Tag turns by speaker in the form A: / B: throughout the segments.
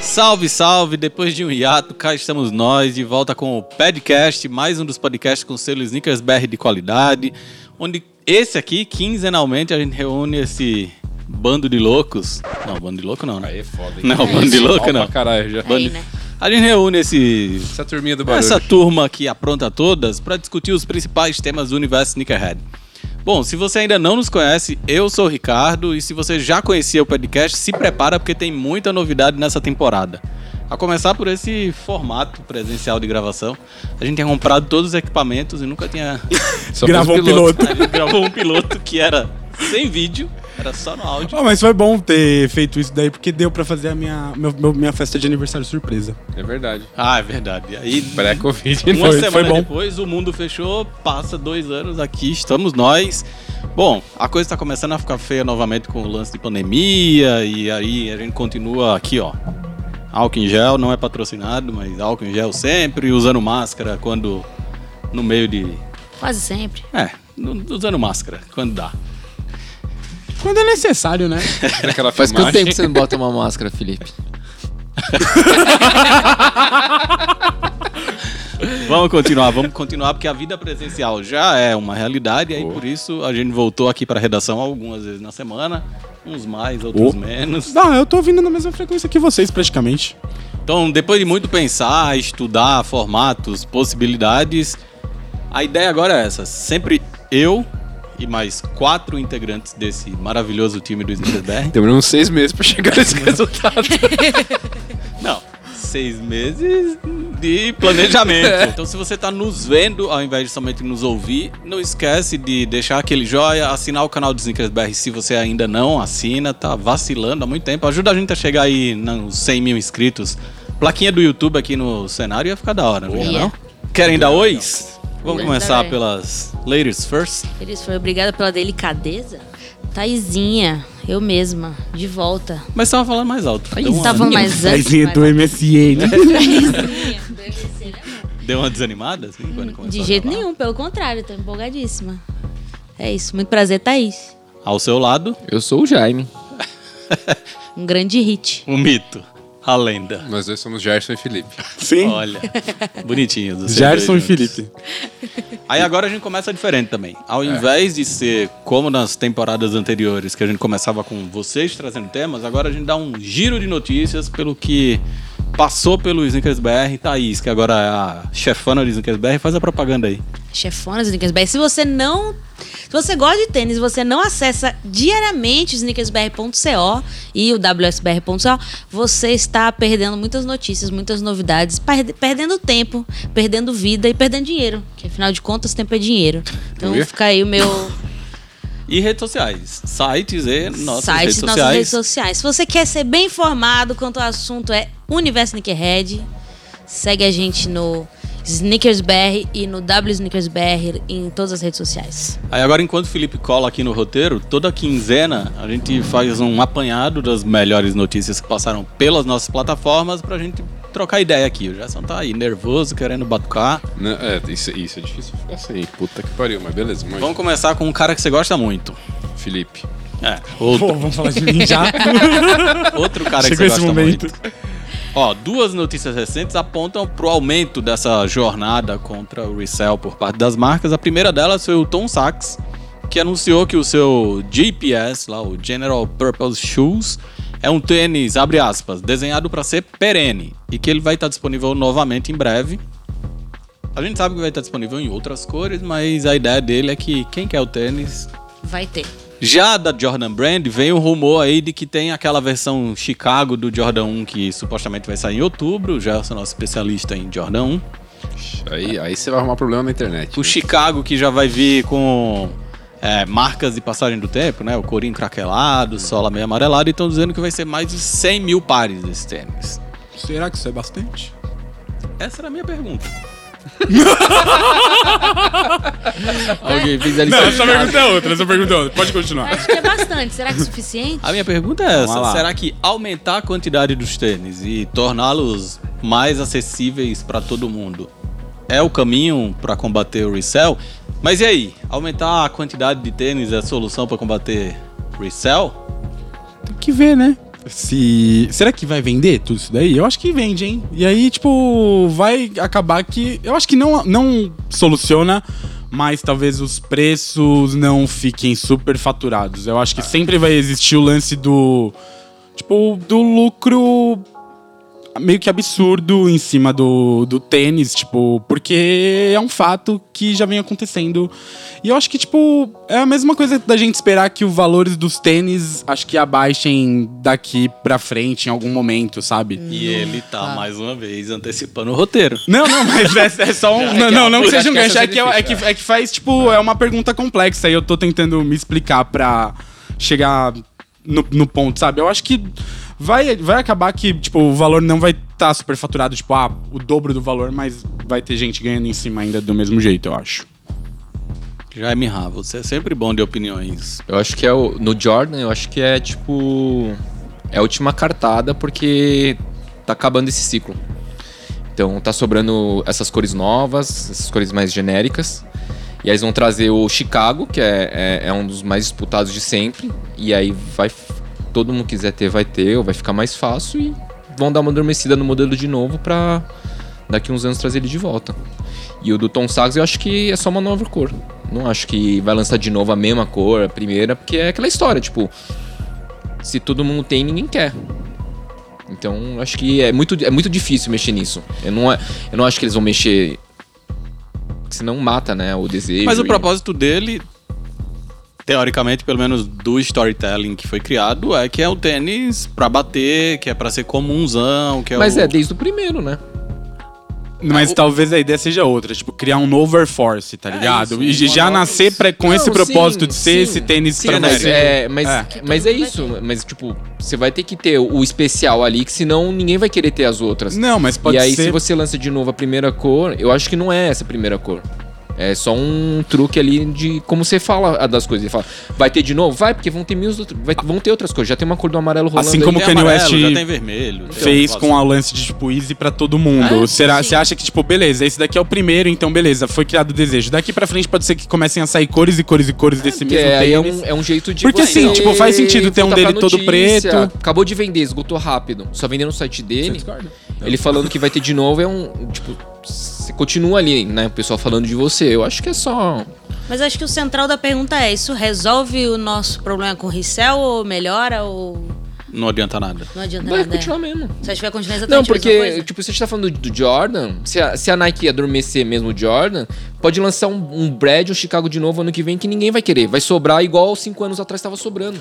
A: Salve, salve! Depois de um hiato, cá estamos nós de volta com o podcast, mais um dos podcasts com selo Sneakers BR de qualidade, onde esse aqui, quinzenalmente, a gente reúne esse bando de loucos. Não, bando de louco não, né?
B: Aí é foda, hein?
A: Não, bando de louco
B: Mal
A: não.
B: pra caralho já.
A: Bando-
C: Aí, né?
A: A gente reúne esse
B: Essa turminha do barulho.
A: essa turma que apronta todas para discutir os principais temas do universo Sneakerhead. Bom, se você ainda não nos conhece, eu sou o Ricardo e se você já conhecia o podcast, se prepara porque tem muita novidade nessa temporada. A começar por esse formato presencial de gravação. A gente tinha comprado todos os equipamentos e nunca tinha.
B: Só
D: Gravou
B: fez
D: o piloto.
A: A gente gravou um piloto que era sem vídeo, era só no áudio.
D: Ó, Ah, mas foi bom ter feito isso daí, porque deu pra fazer a minha, meu- meu- minha festa de aniversário surpresa.
B: É verdade.
A: Ah, é verdade. E aí,
B: Pré-Covid.
A: Uma
D: Foi- foi
A: semana
D: bom.
A: depois, o mundo fechou, passa dois anos aqui, estamos nós. Bom, a coisa está começando a ficar feia novamente com o lance de pandemia, e aí a gente continua aqui, ó. Álcool em gel não é patrocinado, mas álcool em gel sempre, usando máscara quando. no meio de.
C: Quase sempre.
A: É, no- usando máscara quando dá.
D: Quando é necessário, né?
B: Aquela
E: Faz quanto
B: filmagem.
E: tempo que você não bota uma máscara, Felipe?
A: Vamos continuar, vamos continuar, porque a vida presencial já é uma realidade, e aí por isso a gente voltou aqui para a redação algumas vezes na semana, uns mais, outros menos.
D: Não, Ah, eu tô ouvindo na mesma frequência que vocês, praticamente.
A: Então, depois de muito pensar, estudar formatos, possibilidades, a ideia agora é essa. Sempre eu e mais quatro integrantes desse maravilhoso time do Sneakersberg.
B: Demorou uns seis meses pra chegar nesse resultado.
A: Não, seis meses de planejamento. Então, se você está nos vendo ao invés de somente nos ouvir, não esquece de deixar aquele joia, assinar o canal do Sneakersberg se você ainda não assina, tá vacilando há muito tempo. Ajuda a gente a chegar aí nos 100 mil inscritos. Plaquinha do YouTube aqui no cenário ia ficar da hora, não ia
C: Boa.
A: não? Querem dar ois? Vamos
C: Vamos
A: começar
C: dar oi.
A: pelas ladies first.
C: Eles foram obrigada pela delicadeza. Taizinha, eu mesma, de volta.
A: Mas tava falando mais alto. Deu uma,
C: Tava mais antes.
D: Taizinha do MSN.
A: deu uma desanimada? Assim, quando começou
C: De
A: a
C: jeito
A: gravar?
C: nenhum, pelo contrário, tô empolgadíssima. É isso, muito prazer, Thaís.
A: Ao seu lado,
E: Eu sou o Jaime.
C: Um grande hit.
A: o mito, a lenda.
B: Nós dois somos Gerson e Felipe.
D: Sim.
A: Olha, bonitinhos. os
D: Gerson e
A: dois juntos.
D: Felipe. É.
A: Aí agora a gente começa diferente também. Ao invés de ser como nas temporadas anteriores, que a gente começava com vocês trazendo temas, agora a gente dá um giro de notícias pelo que passou pelo Snickers BR. Thaís, que agora é a chefana do Snickers BR, faz a propaganda aí.
C: Chefonas SneakersBR. Se você não. Se você gosta de tênis, você não acessa diariamente o sneakersbr.co e o wsbr.co, você está perdendo muitas notícias, muitas novidades, perde- perdendo tempo, perdendo vida e perdendo dinheiro. Que afinal de contas, tempo é dinheiro. Então
B: Ui.
C: fica aí o meu.
A: E redes sociais, sites e nossas
C: site,
A: redes
C: nossas
A: sociais.
C: redes sociais. Se você quer ser bem informado quanto ao assunto é Universo Sneakerhead, segue a gente no SneakersBR e no WSneakersBR em todas as redes sociais.
A: Aí agora, enquanto o Felipe cola aqui no roteiro, toda quinzena a gente faz um apanhado das melhores notícias que passaram pelas nossas plataformas pra gente trocar ideia aqui. O Gerson tá aí nervoso, querendo batucar.
B: Não, é, isso, isso é difícil ficar sem. Puta que pariu, mas beleza. Mas
A: Vamos começar com um cara que você gosta muito.
B: Felipe.
A: É, outro,
D: Pô, vamos falar de mim já?
A: outro cara que
D: Chegou
A: você
D: esse
A: gosta
D: momento.
A: muito. Ó, duas notícias recentes apontam pro aumento dessa jornada contra o resell por parte das marcas. A primeira delas foi o Tom Sachs, que anunciou que o seu GPS, lá o General Purpose Shoes, é um tênis, abre aspas, desenhado para ser perene e que ele vai estar disponível novamente em breve. A gente sabe que vai estar disponível em outras cores, mas a ideia dele é que quem quer o tênis
C: Vai ter.
A: já da Jordan Brand, vem o rumor aí de que tem aquela versão Chicago do Jordan 1 que supostamente vai sair em outubro. Já sou nosso especialista em Jordan 1.
B: Aí, aí você vai arrumar problema na internet.
A: O Chicago que já vai vir com é, marcas de passagem do tempo, né? O corinho craquelado, sola meio amarelado. E estão dizendo que vai ser mais de 100 mil pares desse tênis.
D: Será que isso é bastante?
A: Essa era a minha pergunta.
E: Alguém fez ali.
D: é outra, essa pergunta é outra. Pode continuar.
C: Acho que é bastante. Será que é suficiente?
A: A minha pergunta é
D: Vamos
A: essa:
D: lá.
A: será que aumentar a quantidade dos tênis e torná-los mais acessíveis para todo mundo é o caminho para combater o resell? Mas e aí, aumentar a quantidade de tênis é a solução para combater resell?
D: Tem que ver, né? se. Será que vai vender tudo isso daí? Eu acho que vende, hein? E aí, tipo, vai acabar que. Eu acho que não, não soluciona, mas talvez os preços não fiquem super faturados. Eu acho que sempre vai existir o lance do. Tipo, do lucro meio que absurdo em cima do, do tênis, tipo, porque é um fato que já vem acontecendo. E eu acho que, tipo, é a mesma coisa da gente esperar que os valores dos tênis acho que abaixem daqui pra frente em algum momento, sabe?
A: E ele tá, mais uma vez, antecipando o roteiro.
D: Não, não, mas é, é só um. Não, não, não que
B: acho
D: seja um
B: que
D: gancho.
B: essa
D: É que, eu- é, que, é que faz, tipo, é uma pergunta complexa e eu tô tentando me explicar pra chegar no, no ponto, sabe? Eu acho que vai, vai acabar que, tipo, o valor não vai estar tá super faturado, tipo, ah, o dobro do valor, mas vai ter gente ganhando em cima ainda do mesmo jeito, eu acho.
A: Jaime Rá, você é sempre bom de opiniões.
E: Eu acho que é o. No Jordan, eu acho que é tipo. É a última cartada porque tá acabando esse ciclo. Então tá sobrando essas cores novas, essas cores mais genéricas. E aí eles vão trazer o Chicago, que é, é, é um dos mais disputados de sempre. E aí vai. f- Todo mundo quiser ter, vai ter, ou vai ficar mais fácil. E vão dar uma adormecida no modelo de novo pra daqui uns anos trazer ele de volta. E o do Tom Sachs eu acho que é só uma nova cor. Não acho que vai lançar de novo a mesma cor, a primeira, porque é aquela história, tipo, se todo mundo tem, ninguém quer. Então, acho que é muito, é muito difícil mexer nisso. Eu não, a- eu não acho que eles vão mexer. Senão mata, né? O desejo.
A: Mas o
E: e-
A: propósito dele, teoricamente, pelo menos do storytelling que foi criado, é que é o tênis pra bater, que é pra ser comunzão, que é
E: Mas
A: o...
E: é desde o primeiro, né?
D: Mas
A: o-
D: talvez a ideia seja outra, tipo, criar um novo Air Force, tá ligado?
A: isso,
D: e
A: uma
D: já
A: nova-
D: nascer pra- com
E: Não,
D: esse propósito
E: sim,
D: de ser
E: sim.
D: esse tênis
E: Sim,
D: pra
E: mas
D: mulher.
E: é, mas,
D: É.
E: mas é isso. Mas, tipo, você vai ter que ter o especial ali, que senão ninguém vai querer ter as outras.
D: Não, mas pode
E: e aí,
D: ser.
E: se você lança de novo a primeira cor, eu acho que não é essa a primeira cor. É só um truque ali de como você fala a das coisas. Ele fala, vai ter de novo? Vai, porque vão ter mil outras- vai- vão ter outras cores. Já tem uma cor do amarelo rolando.
D: Assim
E: aí.
D: como
A: Tem
D: o Kanye
A: amarelo,
D: West
A: já tem vermelho. tem
D: fez
A: um
D: com a lance de tipo easy pra todo mundo.
C: Ah,
D: Será,
C: sim.
D: você acha que tipo, beleza, esse daqui é o primeiro, então beleza, foi criado o desejo. Daqui pra frente pode ser que comecem a sair cores e cores e cores desse
E: Que
D: mesmo
E: é, aí é
D: tênis.
E: um, é um jeito de.
D: Porque,
E: você
D: assim, tipo, faz sentido ter um
E: voltar pra
D: dele todo
E: notícia.
D: preto.
E: Acabou de vender, esgotou rápido. Só vendeu no site dele. Ele falando que vai ter de novo é um. Tipo, você continua ali, né? O pessoal falando de você. Eu acho que é só.
C: Mas acho que o central da pergunta é: isso resolve o nosso problema com o Ricel ou melhora ou
A: Não adianta nada.
C: não adianta
E: Vai
C: nada?
E: continuar mesmo.
C: Você acha que vai continuar
E: Não,
C: exatamente a mesma
E: porque,
C: coisa?
E: tipo, se a gente tá falando do Jordan, se a, se a Nike adormecer mesmo o Jordan, pode lançar um, um Brad ou Chicago de novo ano que vem que ninguém vai querer. Vai sobrar igual aos cinco anos atrás estava sobrando.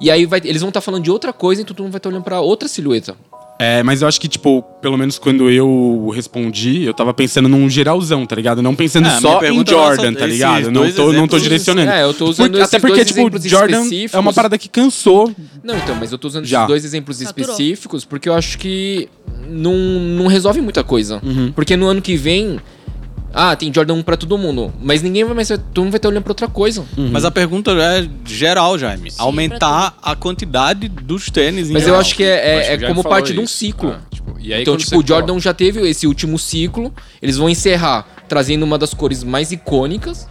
E: E aí vai- eles vão estar falando de outra coisa e todo mundo vai estar olhando pra outra silhueta.
D: É, mas eu acho que, tipo, pelo menos quando eu respondi, eu tava pensando num geralzão, tá ligado? Não pensando
A: É, a minha
D: só em
A: pergunta era
D: Jordan,
A: essa-
D: tá ligado?
A: esses
D: Não
A: dois
D: tô, não tô
A: exemplos-
D: direcionando.
E: É, eu tô usando
D: Por- até
E: esses
D: porque,
E: dois
D: tipo,
E: exemplos
D: Jordan é uma
E: específicos.
D: parada que cansou.
E: Não, então, mas eu tô usando
D: Já.
E: esses dois exemplos
C: Saturou.
E: específicos porque eu acho que não, não resolve muita coisa.
D: Uhum.
E: Porque no ano que vem. Ah, tem Jordan 1 pra todo mundo. Mas ninguém vai mais. Todo mundo vai estar olhando pra outra coisa.
D: Uhum.
A: Mas a pergunta é geral, Jaime. Aumentar a quantidade dos tênis em
E: Mas eu
A: geral.
E: acho que é, é-
B: Acho que
E: é
B: né? o Jaime
E: como
B: falou
E: parte de um
B: isso.
E: ciclo.
B: Ah, tipo, e aí
E: então,
B: quando
E: tipo,
B: você
E: o Jordan
B: coloca-
E: já teve esse último ciclo. Eles vão encerrar trazendo uma das cores mais icônicas.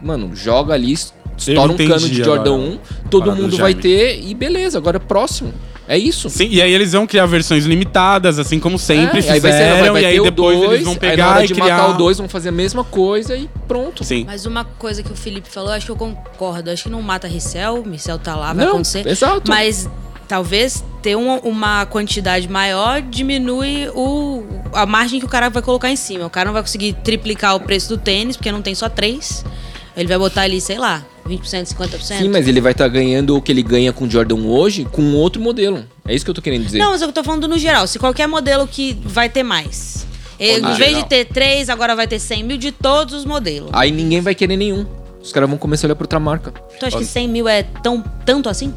E: Mano, joga ali, estoura um
D: entendi
E: cano de Jordan
D: agora
E: 1. Todo
D: parada do
E: mundo vai
D: Jaime.
E: ter e beleza, agora é próximo. É isso.
D: Sim, e aí eles vão criar versões limitadas, assim como sempre
E: É,
D: fizeram.
E: aí vai ser- vai- vai
D: e aí
E: ter o
D: depois
E: dois,
D: eles vão
E: aí na
D: pegar
E: hora
D: e
E: de
D: criar...
E: matar o 2 vão fazer a mesma coisa e pronto.
D: Sim.
C: Mas uma coisa que o Felipe falou, acho que eu concordo. Acho que não mata Ricel, Ricel tá lá, vai
E: Não,
C: acontecer.
E: exato.
C: Mas talvez ter uma, uma quantidade maior diminui o, a margem que o cara vai colocar em cima. O cara não vai conseguir triplicar o preço do tênis, porque não tem só três. Ele vai botar ali, sei lá, 20%, 50%.
E: Sim, mas ele vai estar ganhando o que ele ganha com o Jordan 1 hoje com outro modelo. É isso que eu tô querendo dizer.
C: Não, mas eu tô falando no geral. Se qualquer modelo que vai ter mais. Eh,
B: no
C: Em vez de
B: geral.
C: ter três, agora vai ter 100 mil de todos os modelos.
A: Ah,
E: Aí ninguém vai querer nenhum. Os caras vão começar a olhar pra outra marca.
C: Tu acha que 100 mil é tão, tanto assim?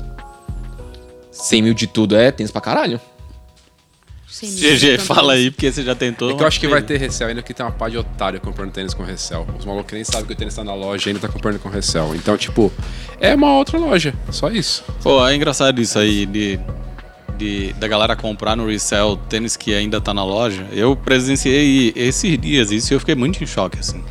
E: 100 mil de tudo é tênis pra caralho.
C: 100 mil é
A: GG,
C: tanto
A: fala
C: assim.
A: aí, porque você já tentou.
B: É que eu acho que vai ter resell ainda, que tem uma pá de otário comprando tênis com resell. Os malucos nem sabem que o tênis tá na loja e ainda tá comprando com resell. Então, tipo, é uma outra loja. Só isso.
A: Pô, é engraçado isso aí de, de- da galera comprar no resell tênis que ainda tá na loja. Eu presenciei esses dias isso e eu fiquei muito em choque, assim.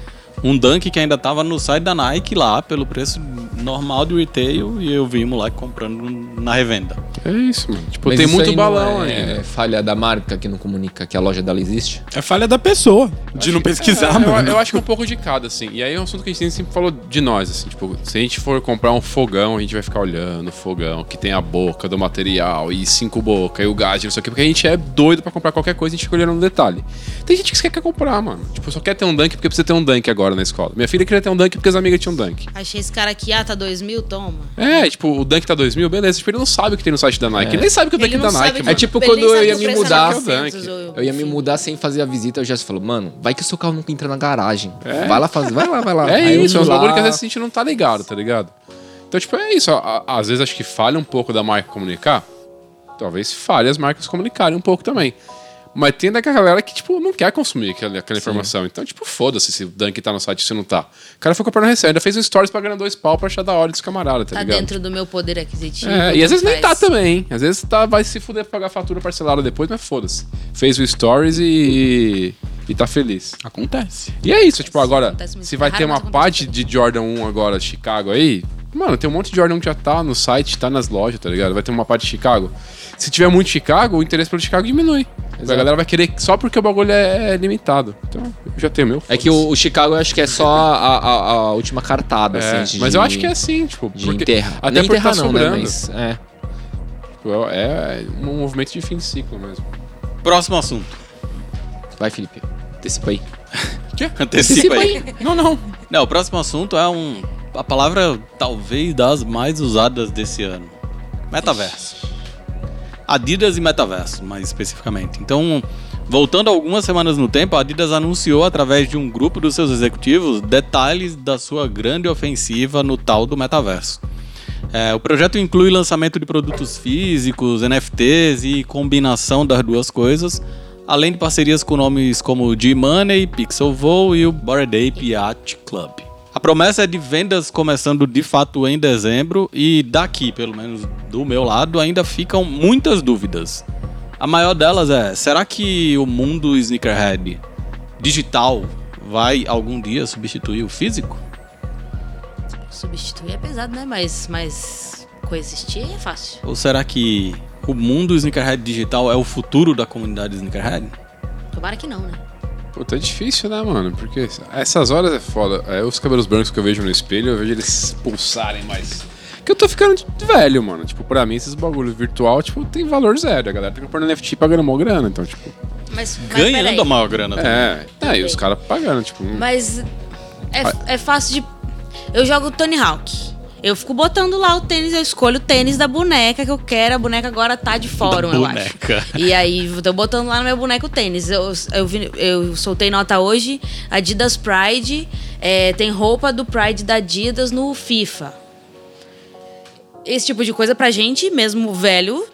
A: Um Dunk que ainda tava no site da Nike lá, pelo preço normal de retail, e eu vi um moleque comprando na revenda.
B: É isso, mano. Tipo,
E: Mas
B: tem
E: isso
B: muito
E: aí não
B: balão
E: é
B: ainda.
E: falha da marca que não comunica que a loja dela existe.
D: É falha da pessoa de não pesquisar,
B: É, eu-
D: mano.
B: Eu, acho que é um pouco de cada, assim. E aí é um assunto que a gente sempre falou de nós, assim. Tipo, se a gente for comprar um fogão, a gente vai ficar olhando o fogão, que tem a boca do material, e cinco bocas, e o gás, e não sei o quê. Porque a gente é doido pra comprar qualquer coisa, a gente fica olhando no detalhe. Tem gente que quer, quer comprar, mano. Tipo, só quer ter um dunk porque precisa ter um dunk agora na escola. Minha filha queria ter um dunk porque as amigas tinham um dunk.
C: Achei esse cara aqui, ah, tá dois mil, toma.
B: É, tipo, o dunk tá 2000, beleza. Tipo, ele não sabe o que tem no site da Nike. Ele nem sabe o que o
C: Ele
B: dunk
C: não
B: da
C: sabe
B: Nike,
C: que-
B: mano.
E: É tipo
C: Ele
E: quando
C: nem
E: eu
C: sabe
E: ia
C: que
E: me
C: o preço
E: mudar.
C: é 900
B: Dunk.
C: ou-
E: Eu ia me
C: enfim.
E: mudar sem fazer a visita, o Jess falou, mano, vai que o seu carro nunca entra na garagem. Vai lá fazer, vai lá, vai lá.
B: É
E: Ah, Aí eu
B: isso, é
E: fui
B: uns
E: lá.
B: bagulho que às vezes a gente não tá ligado, tá ligado? Então, tipo, é isso. a- a- Às vezes acho que falha um pouco da marca comunicar. Talvez falhe as marcas comunicarem um pouco também. Mas tem daquela galera que, tipo, não quer consumir aquela, aquela informação. Então, tipo, foda-se se o Dunk tá no site se não tá. O cara foi comprar no recém, ainda fez um stories pagando dois pau pra achar da hora desse camarada, tá,
C: Tá
B: ligado?
C: dentro do meu poder aquisitivo.
B: É, e às vezes nem tá
C: faz-
B: também. hein? Às vezes tá, vai se fuder pra pagar a fatura parcelada depois, mas foda-se. Fez o stories e, e tá feliz.
D: Acontece.
B: E é isso, tipo, agora,
C: Acontece muito.
B: se vai
C: Raro,
B: ter uma
C: mas acontece
B: parte de Jordan 1 agora, Chicago aí, mano, tem um monte de Jordan 1 que já tá no site, tá nas lojas, tá ligado? Vai ter uma parte de Chicago. Se tiver muito Chicago, o interesse pelo Chicago diminui. A galera vai querer só porque o bagulho é limitado. Então, eu já tenho o meu.
E: É que
B: foda-se.
E: o, o Chicago eu acho que é só a, a- a última cartada,
B: É,
E: assim. de-
B: mas eu acho que é assim, tipo,
E: De
B: porque-
E: enterrar.
B: até
E: Nem
B: porque tá
E: enterrar não, né?
B: sobrando.
E: Mas, é.
B: Tipo, é, é um movimento de fim de ciclo mesmo.
A: Próximo assunto.
E: Vai, Felipe. Antecipa aí.
A: Antecipa aí.
D: Não, não.
A: Não, o próximo assunto é um. A palavra talvez das mais usadas desse ano. Metaverso. Adidas e metaverso, mais especificamente. Então, voltando algumas semanas no tempo, a Adidas anunciou através de um grupo dos seus executivos detalhes da sua grande ofensiva no tal do metaverso. É, o projeto inclui lançamento de produtos físicos, NFTs e combinação das duas coisas, além de parcerias com nomes como G-Money, Pixelvoo e o Bored Ape Yacht Club. A promessa é de vendas começando de fato em dezembro e daqui, pelo menos do meu lado, ainda ficam muitas dúvidas. A maior delas é: será que o mundo sneakerhead digital vai algum dia substituir o físico?
C: Substituir é pesado, né? Mas, mas coexistir é fácil.
A: Ou será que o mundo sneakerhead digital é o futuro da comunidade sneakerhead?
C: Tomara que não, né?
B: Puta, é difícil, né, mano? Porque essas horas é foda. É, os cabelos brancos que eu vejo no espelho, eu vejo eles pulsarem mais. Que eu tô ficando de- velho, mano. Tipo, pra mim, esses bagulho virtual, tipo, tem valor zero. A galera tá comprando NFT pagando mó grana, então, tipo...
C: Mas, mas peraí.
A: Ganhando a maior grana também.
B: É, é e os caras pagando, tipo... hum.
C: Mas é, é fácil de. Eu jogo Tony Hawk. Eu fico botando lá o tênis, eu escolho o tênis da boneca que eu quero. A boneca agora tá de fórum, eu
A: boneca.
C: acho. E aí, eu tô botando lá no meu boneco o tênis. Eu, eu, vi- eu soltei nota hoje, Adidas Pride. é, tem roupa do Pride da Adidas no FIFA. Esse tipo de coisa pra gente, mesmo velho,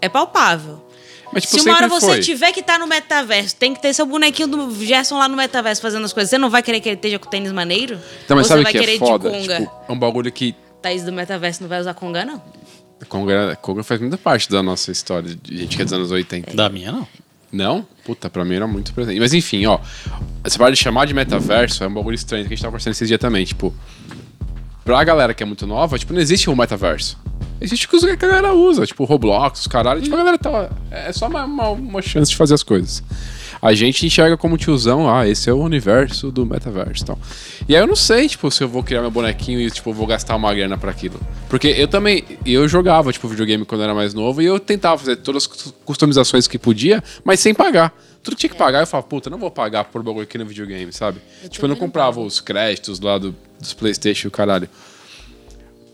C: é palpável.
B: Mas, tipo,
C: Se uma
B: sempre
C: hora você
B: foi.
C: tiver que estar no metaverso, tem que ter seu bonequinho do Gerson lá no metaverso fazendo as coisas. Você não vai querer que ele esteja com tênis maneiro?
B: Então, mas
C: Ou
B: sabe
C: você
B: o que
C: vai querer
B: é foda?
C: de conga?
B: Tipo, é um bagulho que...
C: Thaís do metaverso não vai usar conga, não?
B: Conga, conga faz muita parte da nossa história, de gente que é dos anos 80.
A: Da minha, não.
B: Não? Puta, pra mim era muito presente. Mas enfim, ó. Essa parte de chamar de metaverso é um bagulho estranho que a gente tava conversando esses dias também. Tipo, pra galera que é muito nova, tipo, não existe o metaverso. Existe o que a galera usa, tipo, Roblox, os caralho. Tipo, a galera tá. É só uma, uma, uma chance de fazer as coisas. A gente enxerga como tiozão, ah, esse é o universo do metaverso e tal. E aí eu não sei, tipo, se eu vou criar meu bonequinho e, tipo, vou gastar uma grana pra aquilo. Porque eu também, eu jogava, tipo, videogame quando eu era mais novo e eu tentava fazer todas as cus- customizações que podia, mas sem pagar. Tudo que tinha que pagar, eu falava, puta, não vou pagar por bagulho aqui no videogame, sabe? tipo, É. eu não comprava os créditos lá do, dos Playstation e o caralho.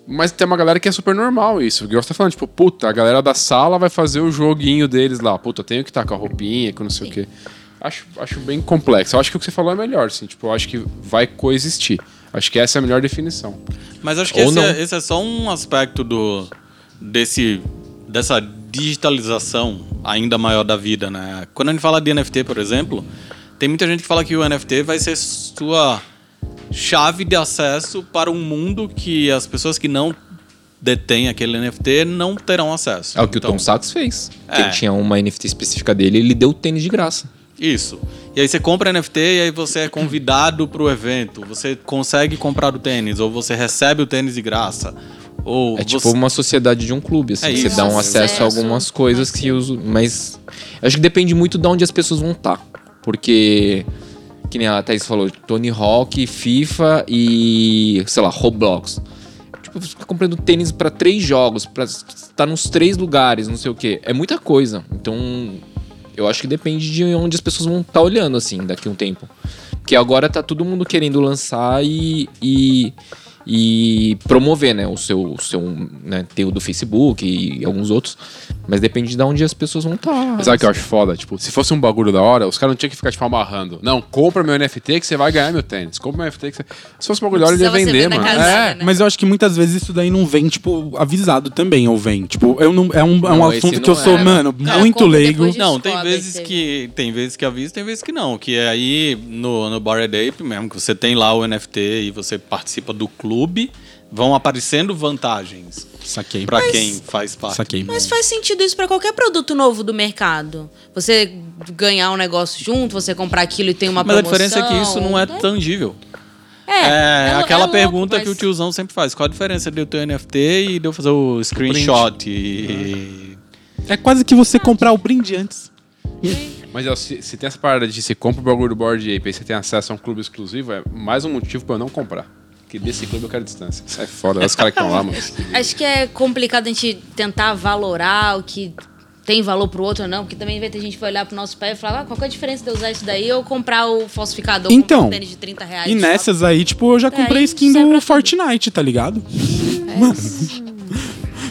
B: Mas tem uma galera que é super normal isso. O Gross tá falando, tipo, puta, a galera da sala vai fazer o joguinho deles lá. Puta, eu tenho que estar com a roupinha, com não sei o quê. Acho, acho bem complexo. Eu acho que o que você falou é melhor, assim. Tipo, eu acho que vai coexistir. Acho que essa é a melhor definição.
A: Mas acho que
E: Ou
A: esse
E: não.
A: é, esse é só um aspecto do desse dessa digitalização ainda maior da vida, né? Quando a gente fala de NFT, por exemplo, tem muita gente que fala que o NFT vai ser sua chave de acesso para um mundo que as pessoas que não detêm aquele NFT não terão acesso.
E: É o que
A: Então,
E: o Tom Sachs fez.
A: É.
E: Que ele tinha uma NFT específica dele, ele deu o tênis de graça.
A: Isso. E aí você compra NFT e aí você é convidado para o evento. Você consegue comprar o tênis ou você recebe o tênis de graça. Ou
E: É tipo
A: você-
E: uma sociedade de um clube, assim.
A: É
E: você
A: isso.
E: dá um
A: Nossa,
E: acesso a
C: acesso.
E: algumas coisas que uso. Mas. Acho que depende muito de onde as pessoas vão estar. Porque. Que nem a Thaís falou, Tony Hawk, FIFA e. sei lá, Roblox. Tipo, você fica comprando tênis pra três jogos, pra estar nos três lugares, não sei o quê. É muita coisa. Então. Eu acho que depende de onde as pessoas vão estar olhando, assim, daqui a um tempo. Porque agora tá todo mundo querendo lançar e, e, e promover, né? O seu, o seu né? Tem o do Facebook e alguns outros. Mas depende de onde as pessoas vão tá. estar.
B: Sabe o que eu acho foda? Tipo, se fosse um bagulho da hora, os caras não tinham que ficar, tipo, amarrando. Não, compra meu NFT que você vai ganhar meu tênis. Compra meu NFT que você... Se fosse um bagulho da hora, ele ia
C: Precisava ser
B: vender,
C: venda
B: mano.
C: casada,
B: É,
C: né?
D: Mas eu acho que muitas vezes isso daí não vem, tipo, avisado também, ou vem. Tipo, eu não, é um, é um
E: Não, esse
D: assunto que eu
E: não
D: sou,
E: é.
D: mano,
C: Cara,
D: muito
C: compra
D: leigo.
C: depois
E: um
C: de-
A: Não, tem
C: descobre
A: vezes
C: se-
A: que tem vezes que avisa, tem vezes que não. Que é aí no, no Bored Ape mesmo, que você tem lá o NFT e você participa do clube, vão aparecendo vantagens
D: Saquei.
A: pra quem faz parte.
D: Saquei.
C: Mas faz sentido isso pra qualquer produto novo do mercado. Você ganhar um negócio junto, você comprar aquilo e tem uma
A: Mas a
C: promoção. né?
A: diferença é que isso não é tangível.
C: É,
A: É,
C: é lou-
A: aquela
C: é louco,
A: pergunta que o
C: mas-
A: tiozão sempre faz. Qual a diferença de eu ter o NFT e de eu fazer o screenshot
E: Ah.
A: e...
D: É quase que você comprar o brinde antes.
B: Mas ó, se, se tem essa parada de se compra o bagulho do Board Ape e você tem acesso a um clube exclusivo, é mais um motivo pra eu não comprar. Porque desse clube eu quero distância. Sai foda, é os caras que estão lá, mano.
C: Acho que é complicado a gente tentar valorar o que tem valor pro outro ou não, porque também vai ter gente que vai olhar pro nosso pé e falar, ah, qual que é a diferença de eu usar isso daí ou comprar o falsificador
D: Então,
C: comprar um tênis de 30 reais?
D: E
C: de
D: nessas aí, tipo, eu já
C: É,
D: comprei
C: aí
D: skin
C: serve pra
D: do
C: tudo. É.
D: Fortnite, tá ligado? Mano.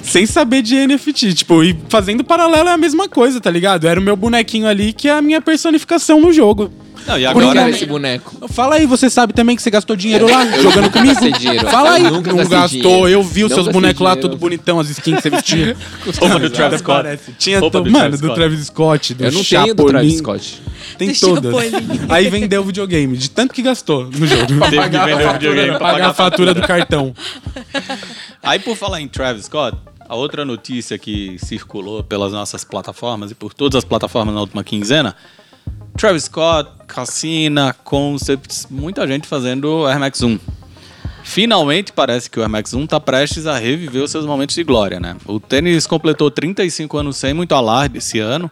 D: Sem saber de NFT, tipo, e fazendo paralelo é a mesma coisa, tá ligado? Era o meu bonequinho ali que é a minha personificação no jogo.
A: Não, e
E: Agora
A: agora...
D: Obrigado.
E: esse boneco.
D: Fala aí, você sabe também que você gastou dinheiro lá jogando
E: nunca
D: comigo?
E: gastei dinheiro.
D: Fala aí,
E: Eu nunca
D: não
E: gastei
D: gastou,
E: dinheiro.
D: eu vi os
E: Não
D: seus
E: gastei
D: bonecos lá,
E: dinheiro.
D: tudo bonitão, as skins que você vestia.
A: Roupa do Travis Scott.
D: Parece. Tinha
A: Roupa
D: to-
A: do
D: Mano,
A: Travis
D: do
A: Scott.
D: Travis Scott, do
E: Eu não
D: Chapolin,
E: tenho do Travis Scott.
D: Tem
C: Do
D: todas.
C: Chapolin.
D: Aí vendeu o videogame, de tanto que gastou no jogo.
A: Teve que vender o videogame pra
D: Pagar a
A: pagar
D: fatura do cartão.
A: Aí, por falar em Travis Scott, a outra notícia que circulou pelas nossas plataformas e por todas as plataformas na última quinzena: Travis Scott, Cassina, Concepts, muita gente fazendo o Air Max 1. Finalmente parece que o Air Max 1 tá prestes a reviver os seus momentos de glória, né? O tênis completou 35 anos sem muito alarde esse ano.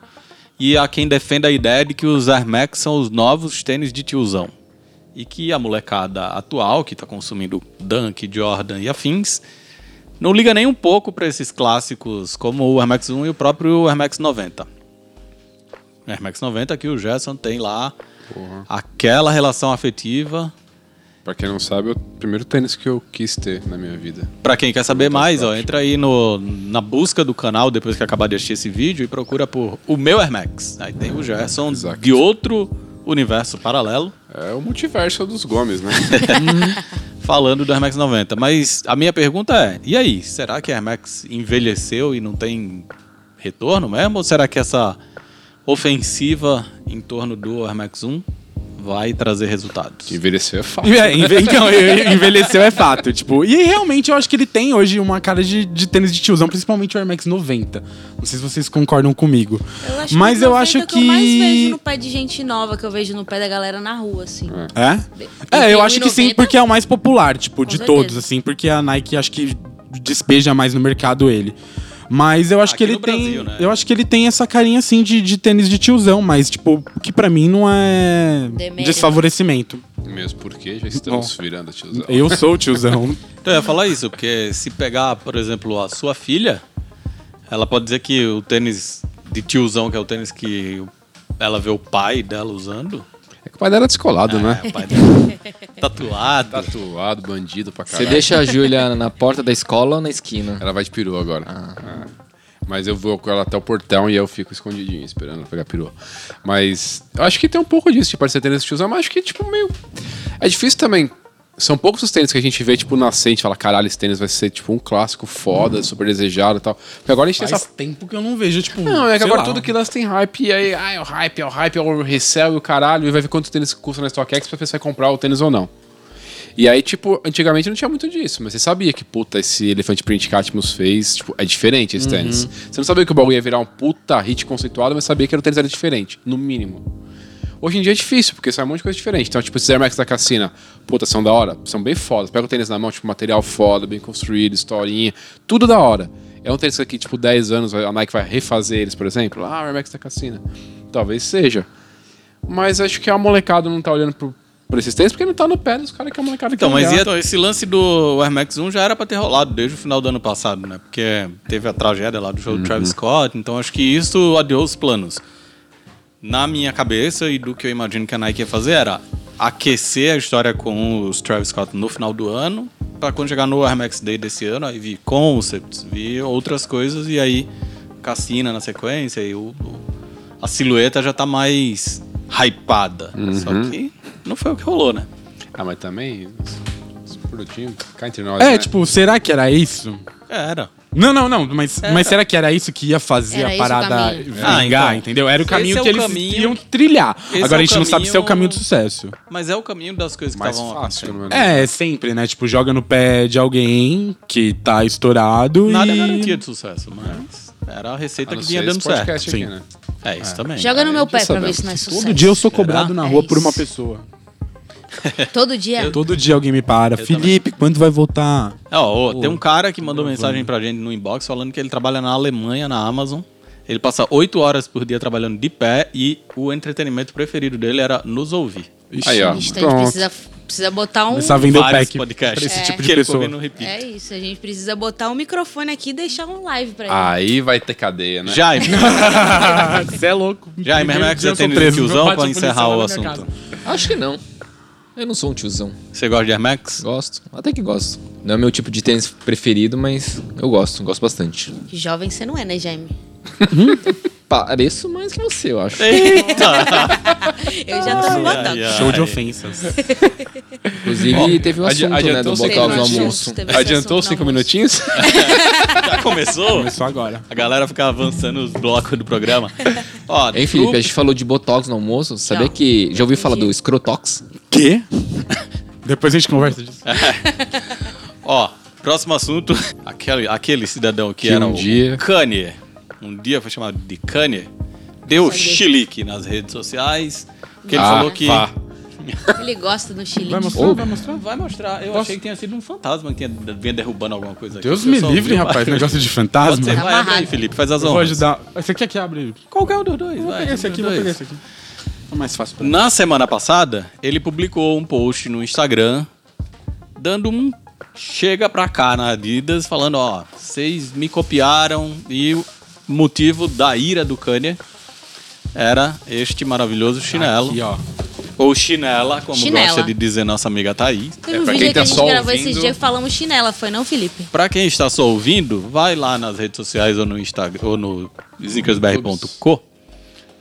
A: E há quem defenda a ideia de que os Air Max são os novos tênis de tiozão. E que a molecada atual, que tá consumindo Dunk, Jordan e afins, não liga nem um pouco para esses clássicos como o Air Max 1 e o próprio Air Max 90. Air Max 90 que o Gerson tem lá aquela relação afetiva.
B: Pra quem não sabe, é o primeiro tênis que eu quis ter na minha vida.
A: Para quem quer saber mais, ó, entra aí no, na busca do canal depois que acabar de assistir esse vídeo e procura por o meu Air Max. Aí tem o Gerson
B: Exato.
A: de outro universo paralelo
B: É o multiverso dos Gomes, né?
A: falando do Air Max 90. Mas a minha pergunta é: e aí, será que a Air Max envelheceu e não tem retorno mesmo? Ou será que essa ofensiva em torno do Air Max 1 vai trazer resultados?
B: Envelhecer é fácil.
D: É, enve- Então, envelheceu é fato. Tipo, e realmente eu acho que ele tem hoje uma cara de, de tênis de tiozão, principalmente o Air Max 90. Não sei se vocês concordam comigo.
C: Eu acho
D: Mas
C: que
D: eu
C: 90
D: acho
C: é o que eu mais
D: que-
C: vejo no pé de gente nova, que eu vejo no pé da galera na rua, assim.
D: É?
C: E
D: É,
C: tem
D: eu
C: o
D: acho que sim,
C: 90.
D: porque é o mais popular, tipo,
C: Com
D: de
C: certeza.
D: todos, assim, porque a Nike acho que despeja mais no mercado ele. Mas eu acho que
A: Aqui
D: ele
A: no
D: tem.
A: Brasil, né?
D: Eu acho que ele tem essa carinha assim de, de tênis de tiozão, mas, tipo, que pra mim não é
C: Demérito.
D: desfavorecimento.
B: Mesmo porque já estamos virando, tiozão.
D: Eu sou o tiozão.
A: Então, eu ia falar isso, porque se pegar, por exemplo, a sua filha, ela pode dizer que o tênis de tiozão, que é o tênis que ela vê o pai dela usando,
B: É que o pai dela é descolado, né?
A: é o pai dela tatuado.
B: Tatuado, bandido pra
E: Você
B: caralho.
E: deixa a Júlia na porta da escola ou na esquina?
B: Ela vai de peru agora. Ah. Mas eu vou com ela até o portão e eu fico escondidinho esperando ela pegar peru. Mas eu acho que tem um pouco disso de parecer tênis de tiozão, mas acho que, tipo, meio. É difícil também. São poucos os tênis que a gente vê, tipo, nascente, fala, caralho, esse tênis vai ser, tipo, um clássico foda, super desejado e tal. Porque agora a gente tem essa.
D: Faz tempo que eu não vejo, tipo.
B: Não, é que
D: sei
B: agora
D: lá.
B: tudo que lança tem hype, e aí, ah, é o hype, é o hype, é o resell e o caralho, e vai ver quanto tênis custa na StockX pra ver se vai comprar o tênis ou não. E aí, tipo, antigamente não tinha muito disso, mas você sabia que, puta, esse elefante print que a Atmos fez, tipo, é diferente esse
D: Uhum.
B: tênis. Você não sabia que o bagulho ia virar um puta hit conceituado, mas sabia que era um tênis era diferente, no mínimo. Hoje em dia é difícil, porque sai um monte de coisa diferente. Então, tipo, esses Air Max da Cassina, puta, são da hora, são bem fodas. Pega o tênis na mão, tipo, material foda, bem construído, historinha, tudo da hora. É um tênis que daqui, tipo, 10 anos a Nike vai refazer eles, por exemplo. Ah, o Air Max da Cassina. Talvez seja. Mas acho que a molecada não tá olhando pro, pra esses tênis porque não tá no pé dos caras que a molecada
A: Então,
B: quer
A: mas
B: olhar.
A: e então, esse lance do Air Max 1 já era pra ter rolado desde o final do ano passado, né? Porque teve a tragédia lá do show do Travis Scott, então acho que isso adiou os planos. Na minha cabeça e do que eu imagino que a Nike ia fazer era aquecer a história com os Travis Scott no final do ano, pra quando chegar no Air Max Day desse ano, aí vi concepts, vi outras coisas e aí Cassina na sequência e o, o- a silhueta já tá mais hypada. Só que não foi o que rolou, né?
B: Ah, mas também. Esse produtinho, cá entre nós.
D: É,
B: né?
D: tipo, será que era isso?
A: Era.
D: Não, não, não, mas,
A: É.
D: mas será que era isso que ia fazer
C: Era
D: a
C: esse o
D: parada
C: caminho.
D: vingar,
A: Ah, então.
D: entendeu? Era o
A: Esse
D: caminho
A: é o
D: que eles
A: caminho-
D: iam trilhar.
A: Esse é
D: Agora a
A: o
D: gente não sabe se é o
A: caminho-
D: caminho do sucesso.
A: Mas é o caminho das coisas que
B: mais
A: estavam
B: fácil, né? pelo
A: acontecendo.
B: menos.
D: É, sempre, né? Tipo, joga no pé de alguém que tá estourado
A: Nada é
D: e...
A: garantia de sucesso, mas era a receita
B: né? A não
A: que
B: ser
A: vinha
B: esse
A: dando certo.
B: podcast aqui,
D: Sim.
B: né?
A: É, isso também.
C: Joga no meu
B: já
C: pé pra ver
B: sabemos.
C: se não é sucesso.
D: Todo dia eu sou cobrado na
C: É
D: rua por uma
C: isso.
D: pessoa.
C: Todo dia. é
D: Todo dia alguém me para.
A: Eu
D: Felipe, quando vai voltar?
A: É, ó, ó, tem um cara que mandou mensagem pra gente no inbox falando que ele trabalha na Alemanha, na Amazon. Ele passa oito horas por dia trabalhando de pé e o entretenimento preferido dele era nos ouvir.
D: Ixi,
B: Aí, ó.
C: A gente tem-
B: Pronto.
C: precisa, precisa botar um.
D: Começar a vender o
A: Vários
D: pack
A: podcasts.
D: pra esse
A: É.
D: tipo
A: que
D: de
A: ele ficou
D: pessoa.
A: ouvindo repeat.
C: É isso, a gente precisa botar um microfone aqui e deixar um live pra ele.
D: Ah.
B: Aí vai ter cadeia, né?
A: Jaime,
D: Você é louco.
A: Jaime, Air Max
D: Eu
A: já
D: sou
A: tem
D: preso. Meu
A: tiozão
D: pai
A: pra
D: tinha policial
A: encerrar o
D: lá na minha
A: assunto.
E: Acho que não. Eu não sou um tiozão.
A: Você gosta de Air Max?
E: Gosto. Até que gosto. Não é meu tipo de tênis preferido, mas eu gosto. Gosto bastante.
C: Jovem você não é, né, Jaime?
E: Pareço mais que você, eu acho.
C: Eu já tô no botão.
A: ai, ai.
D: Show de ofensas.
E: Inclusive, teve o
B: adi-
E: assunto, né?
B: adiantou
E: Do
B: os
E: bocal
D: um
E: do
B: minutinhos.
E: almoço.
C: Teve esse assunto
B: Adiantou
C: no
B: os cinco
C: almoço.
B: minutinhos?
A: Já começou?
D: Começou agora.
A: A galera fica avançando os blocos do programa. Ó,
E: Hein,
A: Tru-
E: Felipe, a gente falou de botox no almoço. Sabia
C: Já.
E: que. Já ouviu falar do
C: Entendi.
E: escrotox?
D: Quê? É. Depois a gente conversa disso.
A: Ó, próximo assunto. Aquele, aquele cidadão que,
B: Que
A: era
B: um
A: o
B: dia-
A: Kanye. Um dia foi chamado de Kanye. Deu chilique nas redes sociais. Porque ele
B: Ah,
A: falou que.
B: vá.
C: Ele gosta do Chile.
D: Vai mostrar?
E: Ô.
D: Vai mostrar?
A: Vai mostrar. Eu achei que tinha sido um fantasma que tinha, vinha derrubando alguma coisa aqui.
D: Deus
A: Eu
D: me
A: só
D: livre,
A: vi-
D: rapaz. Negócio de
A: Pode
D: fantasma.
A: ser,
C: Tá
A: vai, abre aí,
C: amarrado.
A: Felipe, faz as
D: Eu vou
A: honras.
D: ajudar. Você quer que abre?
A: Qualquer um dos dois,
D: Vou
A: vai.
D: pegar esse
A: um
D: aqui,
A: dos
D: vou pegar
A: dois.
D: esse aqui. É mais fácil pra mim.
A: Na semana passada, ele publicou um post no Instagram dando um chega pra cá na Adidas, falando: Ó, vocês me copiaram e o motivo da ira do Kanye era este maravilhoso chinelo.
D: Tá Aqui, ó.
A: Ou chinela, como
C: Chinela.
A: gosta de dizer nossa amiga Thaís.
C: Teve
B: É,
C: um
B: pra
C: vídeo
B: quem
C: que
B: tá
C: a gente
B: só
C: gravou
B: ouvindo-
C: esses dias que falamos chinela, foi não, Felipe?
A: Pra quem está só ouvindo, vai lá nas redes sociais ou no Instagram ou no zinkersbr.co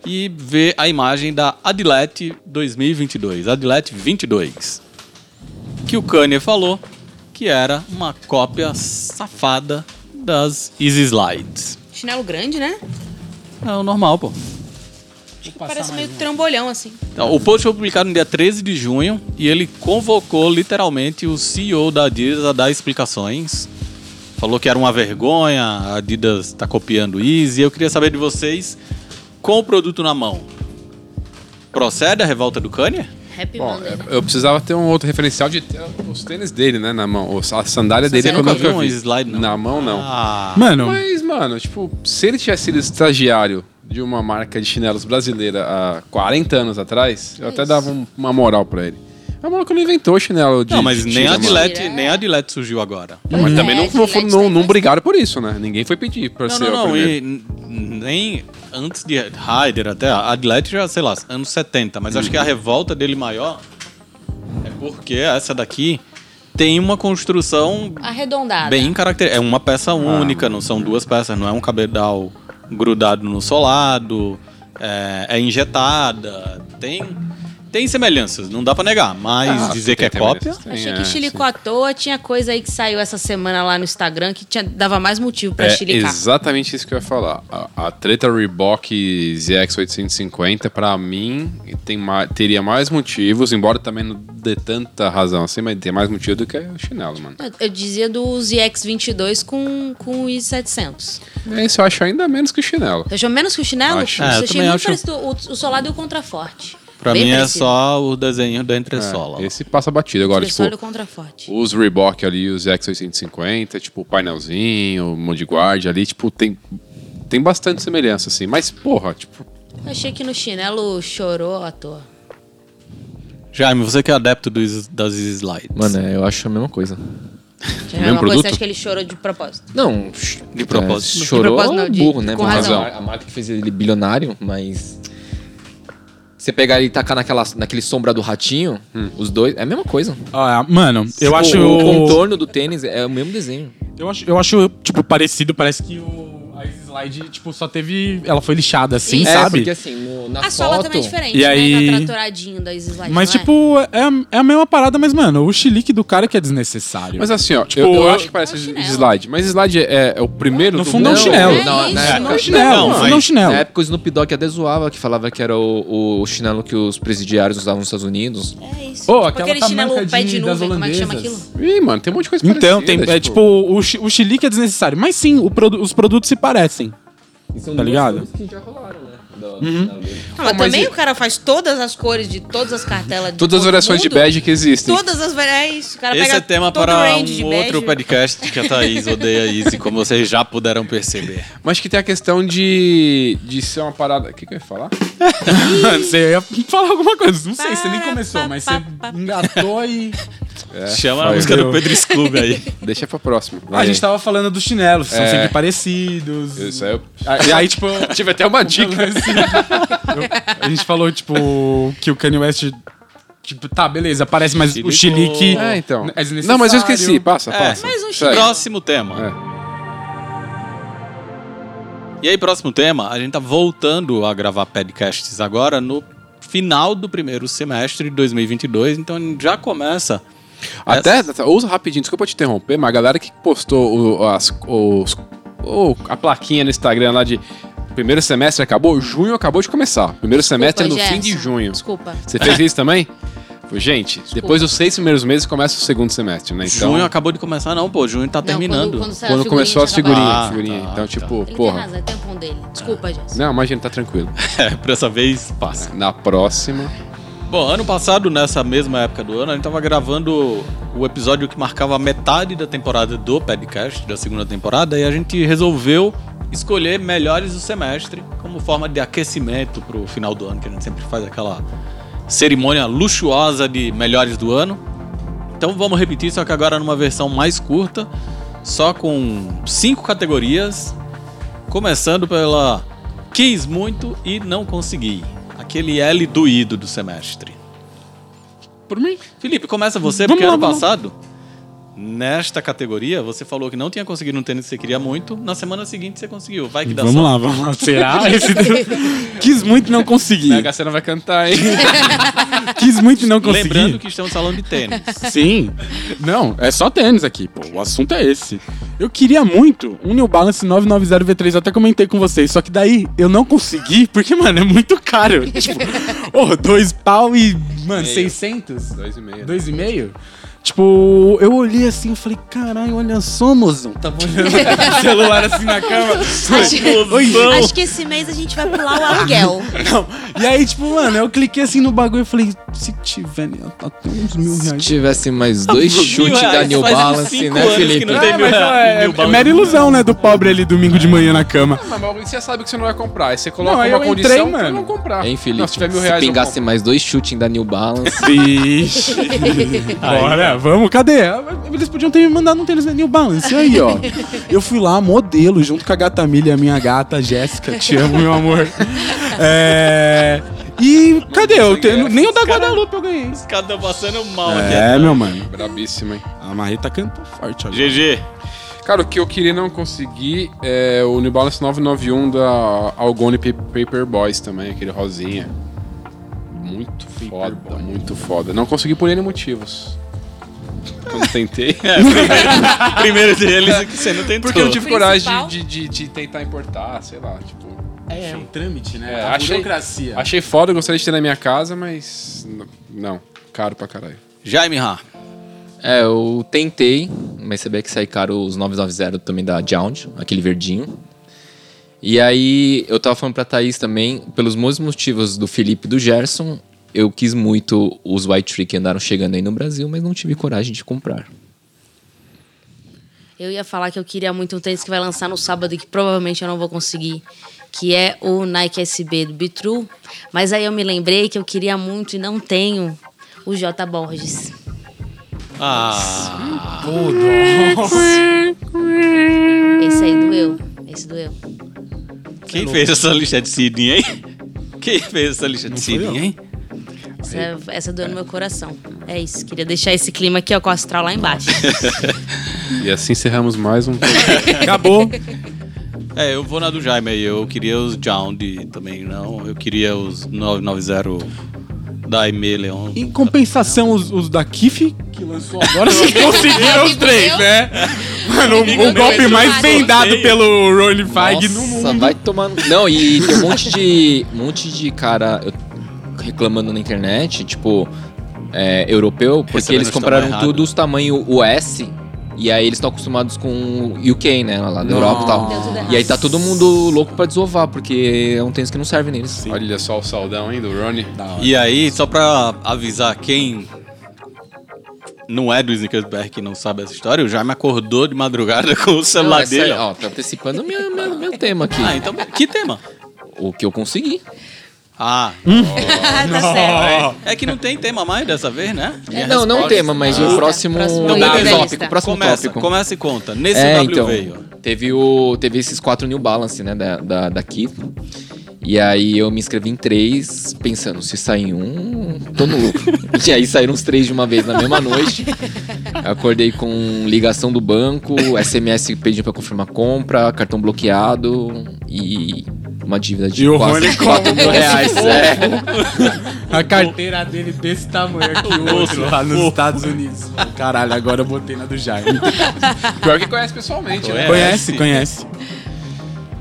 A: e vê a imagem da Adilete 2022, Adilete 22, que o Kanye falou que era uma cópia safada das Easy Slides.
C: Chinelo grande, né?
A: É o normal, pô.
C: Parece
B: um.
C: meio trambolhão, assim.
A: Então, o post foi publicado no dia 13 de junho e ele convocou literalmente o CEO da Adidas a dar explicações. Falou que era uma vergonha, a Adidas está copiando isso. E eu queria saber de vocês, com o produto na mão, procede a revolta do Kanye?
C: Happy
B: Bom,
C: Monday.
B: eu- eu precisava ter um outro referencial de ter os tênis dele, né, na mão. Os- A sandália dele
A: Você
B: é que eu
A: nunca
B: nunca
A: viu um
B: vi.
A: slide, não?
B: Na mão, não.
A: Ah,
D: Mano,
B: Mas, mano, tipo, se ele tivesse sido estagiário de uma marca de chinelos brasileira há 40 anos atrás, eu até dava um- uma moral pra ele. É A maluca não inventou chinelo de
A: não, mas
B: de
A: nem
B: tira,
A: a
B: mano.
A: Adilete,
C: Tira.
A: nem a Adilete surgiu agora.
B: Mas também não,
C: É,
B: não, foram-
C: Gillette
B: não,
C: tem
B: não
C: mais-
B: brigaram por isso, né? Ninguém foi pedir pra
A: Não,
B: ser
A: não,
B: o
A: não.
B: primeiro.
A: E n- nem antes de Ryder até. A Adelaide já, sei lá, anos 70. Mas acho que
B: Uhum.
A: a revolta dele maior é porque essa daqui tem uma construção
C: Arredondada.
A: bem característica. É uma
B: Ah.
A: peça única, não são duas peças. Não é um cabedal grudado no solado. É, é injetada. Tem, tem semelhanças, não dá pra negar. Mas
B: Ah,
A: dizer que
B: tem
A: é cópia...
B: semelhanças, tem,
C: Achei
B: é,
C: que chilicou à toa. Tinha coisa aí que saiu essa semana lá no Instagram que tinha- dava mais motivo pra
B: É
C: chilicar.
B: exatamente isso que eu ia falar. A, a treta Reebok ZX850, pra mim, tem ma- teria mais motivos, embora também não dê tanta razão assim, mas tem mais motivo do que o chinelo, mano.
C: Eu dizia do ZX22 com, com o i700.
B: É Isso eu acho ainda menos que o chinelo.
C: Você achou menos que o chinelo?
B: Acho.
A: É, eu
C: Você achei
A: também
C: muito
A: acho.
C: parecido o, o solado e o contraforte.
A: Pra
C: Bem
A: mim
C: parecido.
A: é só o desenho da entressola.
B: É, esse passa batido agora, tipo.
C: Pessoal contraforte.
B: Os Reebok ali, os X850, tipo, painelzinho, mão de guarda ali, tipo, tem, tem bastante semelhança, assim. Mas, porra, tipo,
C: Achei que no chinelo chorou à toa.
A: Jaime, você que é adepto dos, das slides.
E: Mano, é, eu acho a mesma coisa.
C: Já é uma
B: produto?
C: coisa, você acha que ele chorou de propósito?
E: Não,
A: De propósito.
E: É, chorou
C: De propósito, não, de-
E: burro, né?
C: com
E: Mas
C: razão.
E: A, a marca que fez ele bilionário, mas. Você pegar ele e tacar naquela, naquele sombra do ratinho, os dois, é a mesma coisa.
D: Ah, mano, eu
E: O-
D: acho.
E: O contorno do tênis é o mesmo desenho.
D: Eu acho, eu acho, tipo, parecido. Parece que o, a slide, tipo, só teve. Ela foi lixada assim,
C: Sim.
E: é,
D: sabe?
E: porque assim, no- na
C: A sola
E: foto.
C: também é diferente,
D: E
C: né?
D: aí-
C: Tá traturadinho das slides, não
D: Mas,
C: é?
D: tipo, é, é a mesma parada, mas, mano, o chilique do cara que é desnecessário.
B: Mas assim, ó,
D: Tipo,
B: eu, eu
D: eu-
B: acho que parece
C: É um chinelo.
B: slide. Mas slide é, é o primeiro
D: No
B: do
D: fundo é um
B: mundo.
C: Não,
D: chinelo.
E: né? Não, na
C: isso,
E: época-
C: não é
D: chinelo,
A: Não,
D: no fundo
A: mas-
D: é um chinelo.
E: Na época o Snoop Dogg até zoava, que falava que era o, o chinelo que os presidiários usavam nos Estados Unidos.
C: É isso.
D: Ô,
C: Tipo
D: aquela
C: aquele
D: tamanca
C: chinelo pé
D: de-
C: de
D: das
C: nuvem, como é que chama aquilo?
D: holandesas.
B: Ih, mano, tem um monte de coisa
D: Então, tem,
B: parecida,
D: é tipo, o, chi- o chilique é desnecessário. Mas sim, o produ- os produtos se parecem. Tá ligado?
C: Não, Ah, mas também o cara faz todas as cores de todas as cartelas. de
B: Todas as
C: todo
B: variações de
C: mundo.
B: badge que existem.
C: Todas as variações. É isso. O cara
A: Esse
C: pega
A: é tema
C: todo
A: para
C: range de
A: um outro
C: badge.
A: podcast que a Thaís odeia isso, como vocês já puderam perceber.
B: Mas que tem a questão de, de ser uma parada... O que, que eu ia falar?
D: você ia falar alguma coisa. Não sei, você nem
C: Pá,
D: começou,
C: pá,
D: mas
C: pá,
D: você
C: pá.
D: engatou e.
A: Chama a
B: foi.
A: música do Pedro Scooby aí.
B: Deixa pra próxima.
D: Ah, a gente tava falando dos chinelos, são
B: É.
D: sempre parecidos.
B: Isso é. aí eu...
D: E aí, tipo.
B: Tive até uma dica.
D: a gente falou, tipo, que o Kanye West. Tipo, tá, beleza, parece, mas o chilique.
B: É, então.
D: É desnecessário.
B: Não, mas eu esqueci. Passa,
A: É.
B: passa.
C: Mais um
B: Segue.
A: Próximo tema. E aí, próximo tema, a gente tá voltando a gravar podcasts agora no final do primeiro semestre de 2022, então já começa.
C: é
B: Até, ouça rapidinho, desculpa te interromper, mas a galera que postou o- as- os- o- a plaquinha no Instagram lá de primeiro semestre acabou, junho acabou de começar. Primeiro semestre é no
C: Desculpa,
B: fim de
C: Gerson.
B: junho.
C: Desculpa.
B: Você fez isso também? Pô, Gente, depois dos seis primeiros meses começa o segundo semestre, né? Então,
A: Junho acabou de começar, não, pô, junho tá
C: Não,
A: terminando.
C: saiu a
B: quando
C: figurinha,
B: começou as
C: tinha acabado.
B: figurinhas,
A: Ah,
B: figurinha.
A: tá,
B: então, tipo,
C: Ele tem
B: porra.
C: razão, é tampão dele. Desculpa, Jess.
B: Não, imagina, tá tranquilo.
A: É, pra essa vez passa.
B: Na próxima.
A: Bom, ano passado, nessa mesma época do ano, a gente tava gravando o episódio que marcava a metade da temporada do podcast, da segunda temporada, e a gente resolveu escolher melhores do semestre como forma de aquecimento pro final do ano, que a gente sempre faz aquela cerimônia luxuosa de melhores do ano. Então vamos repetir, só que agora numa versão mais curta, só com cinco categorias, começando pela quis muito e não consegui. Aquele L doído do semestre.
D: Por mim?
A: Felipe, começa você,
D: Vamos
A: porque
D: lá,
A: ano
D: vamos lá.
A: passado, nesta categoria, você falou que não tinha conseguido um tênis que você queria muito. Na semana seguinte você conseguiu. Vai que dá
D: Vamos
A: sorte.
D: lá, vamos lá. Será? Esse... Quis muito e não consegui.
B: A Gacena vai cantar, hein?
D: Quis muito e não consegui.
A: Lembrando que estamos falando de tênis.
D: Sim. Não, é só tênis aqui, pô. O assunto é esse. Eu queria muito um New Balance 990 V3, eu até comentei com vocês, só que daí eu não consegui, porque, mano, é muito caro. Tipo, ô, dois pau e, mano, 600?
B: Dois e meio.
D: Dois e meio? Tipo, eu olhei assim, eu falei, caralho, olha só, mozão. Tava olhando o celular assim na cama.
A: Oi,
C: Acho que esse mês a gente vai pular o aluguel.
D: Não. E aí, tipo, mano, eu cliquei assim no bagulho e falei, se tiver, né, até uns mil
E: Se
D: reais.
E: tivesse mais dois chutes da New Balance, né, Felipe?
A: Não tem
D: É,
A: mil
D: mas
A: reais,
D: é,
A: mil
D: é
A: balões.
D: mera ilusão, né, do pobre ali domingo de manhã na cama.
B: Mas mas você sabe que você não vai comprar. Aí você coloca
D: Não, aí
B: uma
D: eu
B: condição
D: entrei,
B: pra
D: mano.
B: não comprar.
E: Hein, Felipe?
B: Não, se tiver mil
E: se
B: reais, eu
E: pingasse
B: compro.
E: mais dois chutes da New Balance.
D: Vixe. Bora, né? vamos, cadê? Eles podiam ter me mandado um tênis da New Balance. E aí, ó. Eu fui lá, modelo, junto com a gata Milha, minha gata, Jéssica. Te amo, meu amor. É. E cadê? Eu tenho- nem o da Guadalupe eu ganhei.
A: Os caras tão passando mal
D: É, meu mano.
B: Brabíssimo, hein?
D: A Marreta cantou forte agora.
A: GG.
B: Cara, o que eu queria e não conseguir é o New Balance 991 da Algone Pa- Paper Boys também, aquele rosinha. Muito foda, muito foda. Não consegui por N motivos. Quando tentei.
A: Primeiro deles é que você não tentou.
B: Porque eu não tive coragem
C: Principal?
B: de, de- de tentar importar, sei lá, tipo.
D: É, um trâmite, né?
B: É, achei- Achei foda, eu gostaria de ter na minha casa, mas. n- Não, caro pra caralho.
A: Jaime Ra.
E: É, eu tentei, mas sabia que sai caro os 990 também da Jound, aquele verdinho. E aí, eu tava falando pra Thaís também, pelos mesmos motivos do Felipe e do Gerson, eu quis muito os White Tree que andaram chegando aí no Brasil, mas não tive coragem de comprar.
C: Eu ia falar que eu queria muito um tênis que vai lançar no sábado e que provavelmente eu não vou conseguir, que é o Nike SB do Bitru. Mas aí eu me lembrei que eu queria muito e não tenho o J Borges.
A: Ah,
C: Esse aí doeu. Esse doeu.
A: quem fez essa lista de Sidney, hein? Quem fez essa lista de
D: fui eu.
A: Sidney, hein?
C: Essa, essa doeu no meu coração. É isso. Queria deixar esse clima aqui, ó, com o astral lá embaixo.
B: E assim encerramos mais um.
D: Acabou.
A: É, eu vou na do Jaime aí. Eu queria os Jound também, não. Eu queria os 990 da Aimee Leon.
D: Em compensação, os, os da Kif, que lançou agora, vocês conseguiram os três, né? Mano, o, o golpe mais vendado pelo Rony Fag no mundo.
E: Nossa, vai tomando. Não, e tem um monte de. um monte de cara eu- reclamando na internet, tipo, é, europeu, porque
A: Recebendo
E: eles
A: os
E: compraram
A: tamanho
E: tudo os tamanho US. E aí eles estão acostumados com UK, né? Lá da Europa e
C: Deu tudo
E: tal.
C: errado.
E: E aí tá todo mundo louco pra desovar, porque é um tênis que não serve neles.
B: Olha só o saudão, hein, do Ronnie.
A: E aí, só pra avisar quem não é do Snickersberg que não sabe essa história, o Jaime acordou de madrugada com o
E: Não,
A: celular
E: essa aí,
A: dele. ó.
E: ó, tá antecipando meu, meu, meu tema aqui.
A: Ah, então que tema?
E: O que eu consegui.
A: Ah,
C: tá certo.
A: é que não tem tema mais dessa vez, né?
E: É, não, não o tema, mas
C: Ah,
E: o
C: tá.
E: próximo,
C: Próximo
E: Não,
A: item da
E: tópico.
C: lista.
E: Próximo
A: começa,
E: tópico.
A: começa e conta. Nesse
E: é,
A: W
E: então,
A: veio.
E: teve, o, teve esses quatro New Balance, né, da, da, da Keith. E aí eu me inscrevi em três, pensando, se sair um, tô no lucro. e aí saíram os três de uma vez na mesma noite. Acordei com ligação do banco, SMS pedindo pra confirmar compra, cartão bloqueado e uma dívida de
D: E o Rony
E: quase
D: com-
E: 4 mil reais. é.
D: A carteira dele desse tamanho aqui, o outro lá nos Estados Unidos. Caralho, agora eu botei na do Jaime.
B: Pior que conhece pessoalmente,
D: É,
B: né?
D: Conhece, conhece.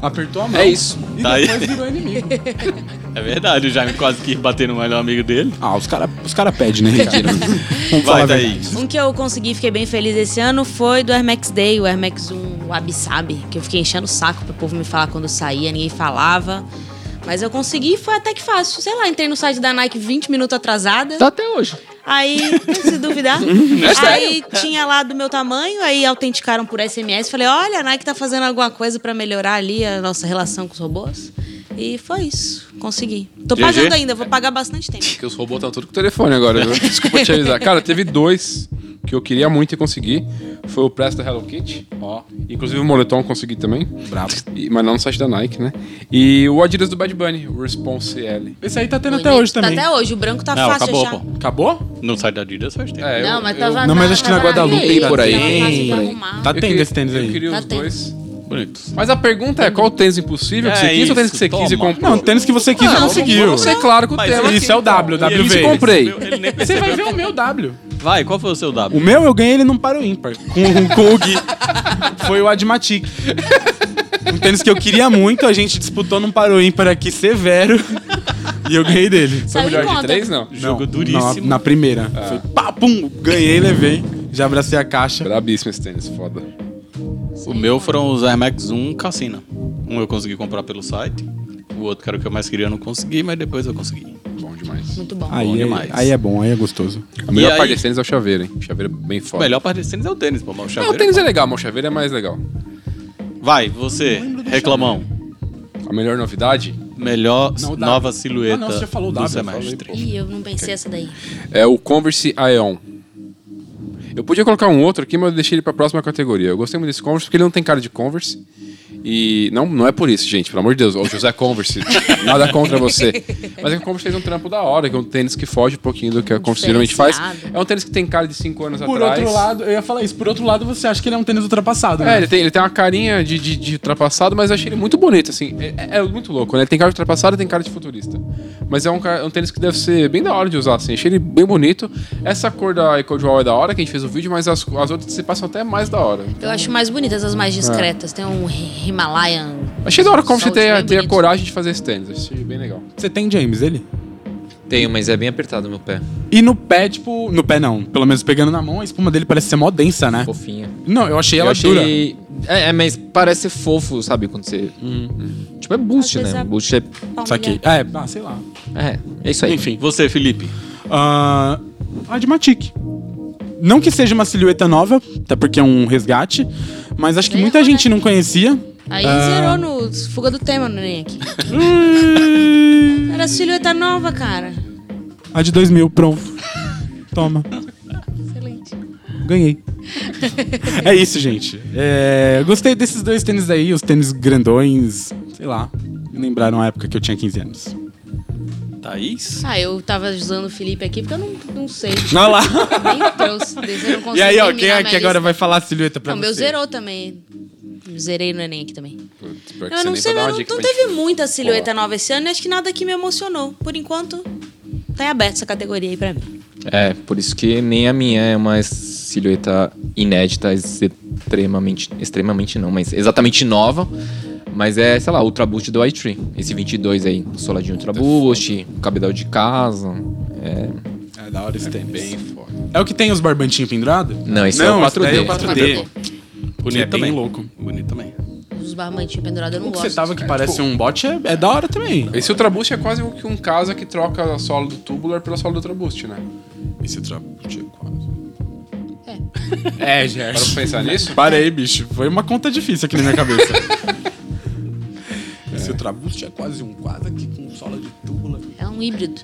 D: Apertou a mão.
E: É isso.
D: E
A: Tá aí.
D: depois virou inimigo.
A: É verdade, o Jaime quase que bater no melhor amigo dele.
D: Ah, os caras os cara pedem, né, Ricardo? Vamos falar
A: Vai,
D: a verdade.
A: Thaís.
C: Um que eu consegui, fiquei bem feliz esse ano, foi do Air Max Day, o Air Max 1 Wabi Sabi, que eu fiquei enchendo o saco pro povo me falar quando eu saía, ninguém falava. Mas eu consegui, foi até que fácil. Sei lá, entrei no site da Nike 20 minutos atrasada.
E: Tá até hoje.
C: Aí, se duvidar. aí tinha lá do meu tamanho, aí autenticaram por SMS. Falei, olha, a Nike tá fazendo alguma coisa pra melhorar ali a nossa relação com os robôs. E foi isso, consegui. Tô
A: GG?
C: pagando ainda, vou pagar bastante tempo.
B: Porque os robôs estão tudo com o telefone agora. viu? Desculpa te avisar. Cara, teve dois que eu queria muito e consegui. Foi o preço da Hello Kitty. Ó. Inclusive o moletom eu consegui também.
D: Bravo.
B: E- mas não no site da Nike, né? E o Adidas do Bad Bunny, o Response L.
D: Esse aí tá tendo até
C: Bonito.
D: hoje também.
C: Tá até hoje, o branco tá
A: Não,
C: fácil de
A: acabou,
C: achar.
A: pô.
D: Acabou?
A: Não sai da Adidas faz tempo.
B: É,
C: Não,
B: eu-
C: Ah, mas tá
B: eu-
C: tava
D: Não, mas
C: na-
D: acho que na
C: tava
D: Guadalupe
C: lista,
E: por aí.
C: tava fácil de
E: Por aí.
C: arrumar.
D: Tá
B: eu
D: tendo
B: queria-
D: esse tênis
B: eu
D: aí. Tá
B: queria
C: Tá
B: os
C: tendo.
B: dois.
A: Bonito.
B: Mas a pergunta é: qual o tênis impossível que
A: É
B: você quis ou o tênis
A: isso,
B: que você quis e
A: toma.
B: comprou?
D: Não, o tênis que você quis, você
B: Não,
D: conseguiu.
B: Eu sei, claro, que o
A: Mas
B: tema.
A: esse
D: Isso é o
A: E ele
D: W, W
B: Isso
D: veio.
B: comprei.
A: Meu, ele nem
D: Você
A: percebeu.
D: vai ver o meu W.
A: Vai, qual foi o seu
D: O
A: W?
D: meu eu ganhei ele num paro ímpar. Com, com o Gui. Foi o Admatic. Um tênis que eu queria muito, a gente disputou num paro ímpar aqui severo. E eu ganhei dele.
B: Foi
C: Saiu
B: melhor
C: de
B: de
C: conta.
B: três, não?
A: Jogo
D: Não,
A: duríssimo. Ah.
D: Na, na primeira. Foi pá, pum, ganhei, levei. Já abracei a caixa.
B: Brabíssimo esse tênis, foda.
A: O meu foram os Air Max 1 Cassina. Um eu consegui comprar pelo site. O outro que era o que eu mais queria, eu não consegui, mas depois eu consegui.
B: Bom demais.
C: Muito bom.
A: Bom
D: Aí,
A: demais.
D: é, aí é bom, aí é gostoso.
B: A melhor
A: aí?
B: parte desse tênis é o chaveiro, hein? O chaveiro é bem
A: O
B: foda.
A: melhor parte desse tênis é o tênis, pô. mas O
B: É,
A: chaveiro.
B: o tênis é legal, mas o chaveiro é mais legal.
A: Vai, você, reclamão.
B: A melhor novidade
A: Melhor
D: Não, o W.
A: nova silhueta
D: Ah, não, você já falou o
A: do
D: W, eu falei,
A: semestre.
C: Ih, eu não pensei essa daí.
B: é o Converse Aeon. Eu podia colocar um outro aqui, mas eu deixei ele pra próxima categoria. Eu gostei muito desse Converse porque ele não tem cara de Converse. E não, não é por isso, gente, pelo amor de Deus. Ô, José Converse, nada contra você. Mas é que o Converse fez um trampo da hora, que é um tênis que foge um pouquinho do que a Converse geralmente faz.
C: Diferenciado.
B: É um tênis que tem cara de 5 anos
D: Por
B: atrás.
D: outro lado, eu ia falar isso. Por outro lado, você acha que ele é um tênis ultrapassado,
B: É,
D: né?
B: ele tem, ele tem uma carinha de, de, de ultrapassado, mas eu achei ele muito bonito, assim. É, é- é muito louco, né? Ele tem cara de ultrapassado e tem cara de futurista. Mas é um, ca- é um tênis que deve ser bem da hora de usar, assim. Achei ele bem bonito. Essa cor da Eco Dual é da hora, que a gente fez o vídeo, mas as, as outras se passam até mais da hora.
C: Eu acho mais bonitas as
D: Ah.
C: mais discretas. Tem um Himalayan.
B: Achei da hora como você
C: Solte
B: tem, a-
C: bem
B: tem a
C: né, bonito.
B: coragem de fazer esse tênis. Achei bem legal.
D: Você tem James, ele?
E: Tenho, mas é bem apertado o meu pé.
D: E no pé, tipo. No pé não. Pelo menos pegando na mão, a espuma dele parece ser mó densa, né?
E: Fofinha.
D: Não, eu achei
E: Eu
D: ela dura.
E: achei. É, é, mas parece ser fofo, sabe? Quando você.
D: Uhum.
E: Tipo, é boost,
C: Às vezes
E: né?
C: é-
E: Boost é.
D: Só que. É, ah, sei lá.
E: É, é isso aí.
A: Enfim, você, Felipe.
D: Ah, a de Matic. Não que seja uma silhueta nova, até porque é um resgate, mas acho que
C: Errou,
D: muita
C: né?
D: gente não conhecia.
C: Aí
D: Ah.
C: zerou no Fuga do Tema, no Enem aqui. Era silhueta nova, cara.
D: A de 2000, pronto. Toma.
C: Excelente.
D: Ganhei. é isso, gente. É, gostei desses dois tênis aí, os tênis grandões, sei lá. Me lembraram a época que eu tinha 15 anos.
A: Thaís?
C: Ah, eu tava usando o Felipe aqui porque eu não, não sei.
D: Olha lá.
C: Nem trouxe. Eu não consigo
D: E aí, ó,
C: terminar
D: quem
C: minha
D: aqui
C: lista.
D: agora vai falar a silhueta pra
C: Não,
D: você?
C: meu zerou também. Zerei no Enem aqui também.
B: Putz, pior que
C: Eu
B: você
C: não
B: nem
C: sei,
B: vai dar uma
C: mas não,
B: dica
C: não
B: pra
C: teve
B: gente.
C: muita silhueta
B: Boa.
C: nova esse ano e acho que nada que me emocionou. Por enquanto, tá em aberto essa categoria aí pra mim.
E: É, por isso que nem a minha é uma silhueta inédita, extremamente. Extremamente não, mas exatamente nova. Mas é, sei lá, Ultra Boost do iTree. Esse 22 aí, soladinho Ultra Boost, cabedal de casa. É...
D: É da hora esse tênis.
B: Bem foda.
D: É o que tem os barbantinhos pendurados?
E: Não, esse é o
D: esse
E: 4D.
D: daí é o 4D.
A: Bonito
D: Que é bem
A: também.
D: louco.
A: Bonito também.
C: Os barmantinhos pendurados eu não
D: O que
C: gosto.
D: você tava que parece um bot é, é da hora também.
B: tipo, Esse Ultra Boost é quase que um caso que troca a sola do Tubular pela sola do Ultra Boost, né? Esse Ultra Boost é quase.
D: É,
B: Para
D: Gerson.
B: pra pensar nisso?
D: Parei, bicho. Foi uma conta difícil aqui na minha cabeça. Esse Ultraboost é quase um quase aqui com sola de túbula.
C: É um híbrido.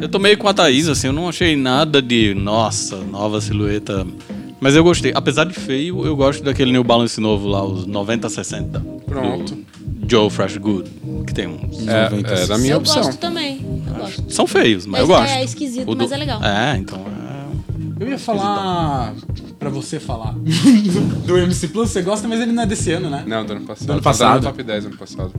A: Eu tô meio com a Thaís, assim, eu não achei nada de, nossa, nova silhueta. Mas eu gostei. Apesar de feio, eu gosto daquele New Balance novo lá, os 9060.
B: Pronto.
A: do Joe Fresh Good, que tem uns.
B: É, é da minha
C: eu
B: opção.
C: gosto também. Eu gosto.
A: São feios, mas eu
C: Mas
A: gosto.
C: é esquisito,
A: O
C: mas é legal.
A: É, então. é-
D: Eu ia falar pra você falar do MC Plus, você gosta, mas ele não é desse ano, né?
B: Não, do ano passado.
D: Do ano
B: Tá
D: passado.
B: no top 10 ano passado.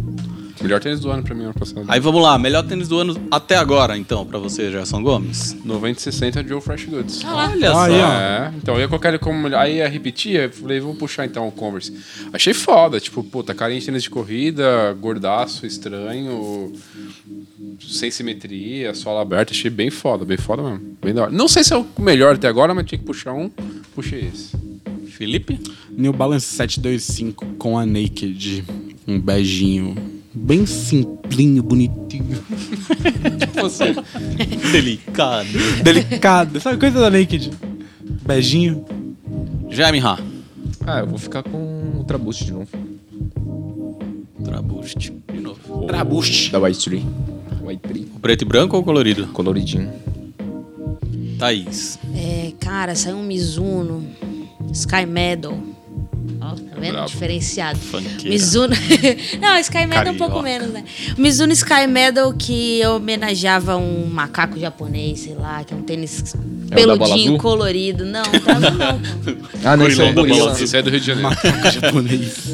B: Melhor tênis do ano pra mim ano passado.
A: Aí vamos lá, melhor tênis do ano até agora, então, pra você, Gerson Gomes.
B: 90 e 60 é Joe Fresh Goods.
C: Ah lá.
A: Olha
D: Aí,
A: só.
D: ó.
B: É, então eu ia colocar ele como melhor. Aí ia repetir, eu falei, vou puxar então o Converse. Achei foda, tipo, puta, carinha de tênis de corrida, gordaço, estranho, sem simetria, sola aberta. Achei bem foda, bem foda mesmo. Bem da hora. Não sei se é o melhor até agora, mas tinha que puxar um, puxei esse.
A: Felipe?
D: New Balance 725 com a Naked. Um beijinho. Bem simplinho, bonitinho.
A: Você. Delicado.
D: Delicado. Sabe coisa da Naked? Beijinho.
A: Jaime Ha.
E: Ah, eu vou ficar com Ultra Boost de novo.
A: Trabust. De novo.
D: Trabust.
E: Da White Tree. White Tree.
A: O preto e branco ou o colorido?
E: Coloridinho.
A: Thaís.
C: É, cara, saiu um Mizuno Sky Medal. Ó, tá vendo?
B: Bravo.
C: Diferenciado.
A: Funkeira.
C: Mizuno. Não, Sky Medal é um pouco
A: Carioca.
C: menos, né? O Mizuno Sky Medal que homenageava um macaco japonês, sei lá, que é um tênis
E: É o da bola
C: peludinho,
E: azul?
C: colorido. Não, tava não.
E: Ah, não, isso
A: Gorilão
E: é
A: da
E: gorila.
A: bola.
B: Esse é do Rio de Janeiro.
D: Macaco japonês.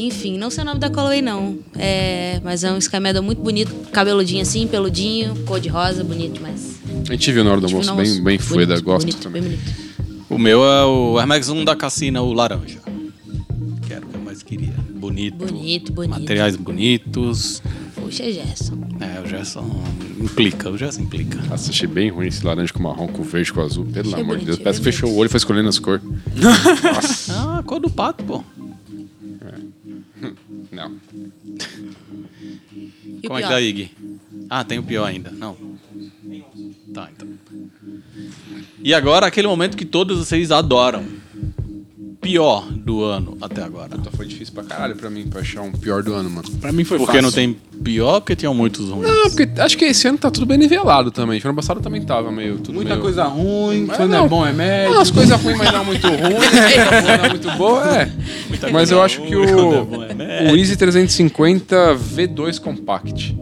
C: Enfim, não sei o nome da colorway, não. É, mas é um Sky Medal muito bonito, cabeludinho assim, peludinho, cor de rosa, bonito, mas.
B: A gente viu na hora do almoço, bem, bem foda,
C: Tipo, bonito,
B: gosto
C: bonito,
B: também.
C: Bem bonito.
A: O meu é o Hermes 1 da Cassina, o laranja. Que era o que eu mais queria. Bonito.
C: Bonito, bonito.
A: Materiais bonitos.
C: Puxa, Gerson.
A: É, o Gerson implica, o Gerson implica.
B: Nossa, achei bem ruim esse laranja com marrom, com verde, com azul. Pelo
C: Achei
B: amor de Deus.
C: bonitinho,
B: Parece que
C: bem
B: fechou o olho e foi escolhendo as cores.
A: Ah, a cor do pato, pô.
B: Não.
C: E o
A: Como é que
C: pior?
A: tá, Ig? Ah, tem o pior ainda. Não. Tá, então. E agora, aquele momento que todos vocês adoram. Pior do ano até agora.
B: Puta, então foi difícil pra caralho pra mim, pra achar um pior do ano, mano.
D: Pra mim foi
A: Porque
D: fácil.
A: não tem pior, porque tinham muitos ruins.
B: Não, Ah, porque acho que esse ano tá tudo bem nivelado também. Ano passado também tava meio. Tudo
D: Muita
B: meio...
D: coisa ruim,
B: Mas
D: quando
B: não.
D: é bom é médio.
B: Não, as coisas ruins, mas não muito ruim. As coisas boas, não muito boa, é. Mas eu acho que o. O Easy 350 V2 Compact.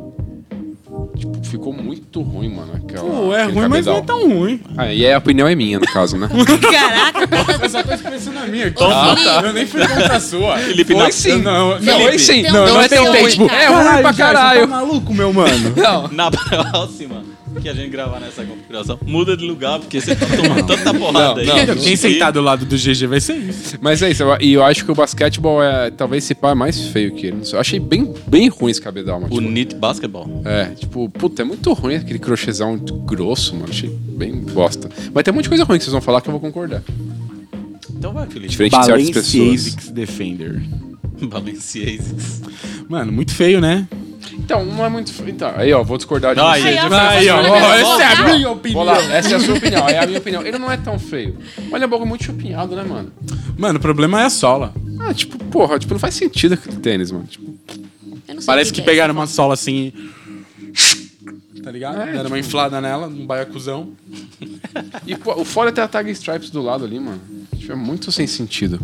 B: Tipo, ficou muito ruim, mano. Aquela,
D: Pô, é
B: aquele
D: ruim, mas não é
B: cabedal.
D: tão ruim.
B: Ah, e aí a opinião é minha, no caso, né?
C: Caraca,
D: Eu só tô expressando a minha aqui.
C: Ô, Felipe.
D: Eu nem fui contra a sua.
A: Felipe
D: Foi
A: na-
D: sim. Não,
B: Não,
D: Felipe,
B: aí sim.
C: tem um
B: Não,
C: dois,
B: não
C: tem um
B: tentei.
C: ruim,
B: Tipo,
C: cara.
B: é ruim pra
D: Jair, Você tá
B: caralho.
D: maluco, meu mano?
B: Não.
A: Na próxima que a gente gravar nessa configuração, muda de lugar, porque você tá tomando tanta porrada
B: Não,
A: aí.
B: não.
D: Quem sentar do lado do GG vai ser isso.
B: Mas é isso, eu- e eu acho que o basquetebol é talvez esse pá é mais feio que ele. não sei. Eu achei bem, bem ruim esse cabedal, mano.
A: O
B: Tipo,
A: Knit Basketball.
B: é, tipo, tipo, puta, é muito ruim aquele crochêzão grosso, mano. Achei bem bosta. Mas tem um monte de coisa ruim que vocês vão falar que eu vou concordar.
A: Então vai, Felipe.
B: Diferente de certas pessoas.
D: ASICS Defender.
A: Balenciennes.
D: Mano, muito feio, né?
B: Então, não é muito. Então, aí, ó, vou discordar de
A: Aí,
B: vocês.
A: ó,
D: Aí, ó,
A: Olha,
D: essa é a minha
B: Vou
D: opinião.
B: lá, essa é a sua opinião, é a minha opinião. Ele não é tão feio. Mas ele é um bagulho muito chupinhado, né, mano?
D: Mano, o problema é a sola.
B: Ah, tipo, porra, tipo, não faz sentido aquele tênis, mano. Tipo,
C: Eu não sei
D: Parece
C: o
D: que
C: é.
D: pegaram uma sola assim. e- Tá ligado? Deram uma inflada nela, um baiacuzão.
B: e pô, o fora tem a tag stripes do lado ali, mano. Tipo, é muito sem sentido.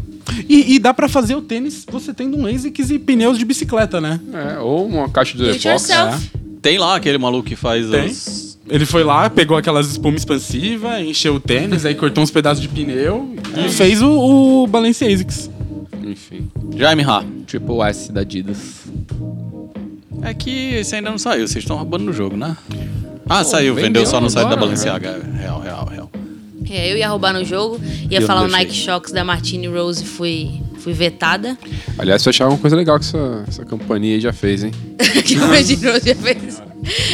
D: E, e dá pra fazer o tênis você tendo um ASICS e pneus de bicicleta, né?
B: É, ou uma caixa de
C: Do it
B: Fox. É.
C: yourself.
A: Tem lá aquele maluco que faz
D: Tem.
A: os.
D: Ele foi lá, pegou aquelas espuma expansiva, encheu o
B: um
D: tênis, aí cortou uns pedaços de pneu e fez o, o Balenciaga ASICS.
B: Enfim.
A: Jaime Ha.
E: Triple S da Adidas.
A: É que esse ainda não saiu, vocês estão roubando no jogo, né? Ah, saiu, vendeu, só no site da
B: agora,
A: Balenciaga. Real, real, real.
C: É, eu ia roubar no jogo, ia
E: Eu
C: falar
E: não
C: o
E: deixei.
C: Nike Shox da Martini Rose fui, fui vetada.
B: Aliás, eu achava uma coisa legal que essa, essa companhia aí já fez, hein?
C: que a Martini Rose já fez.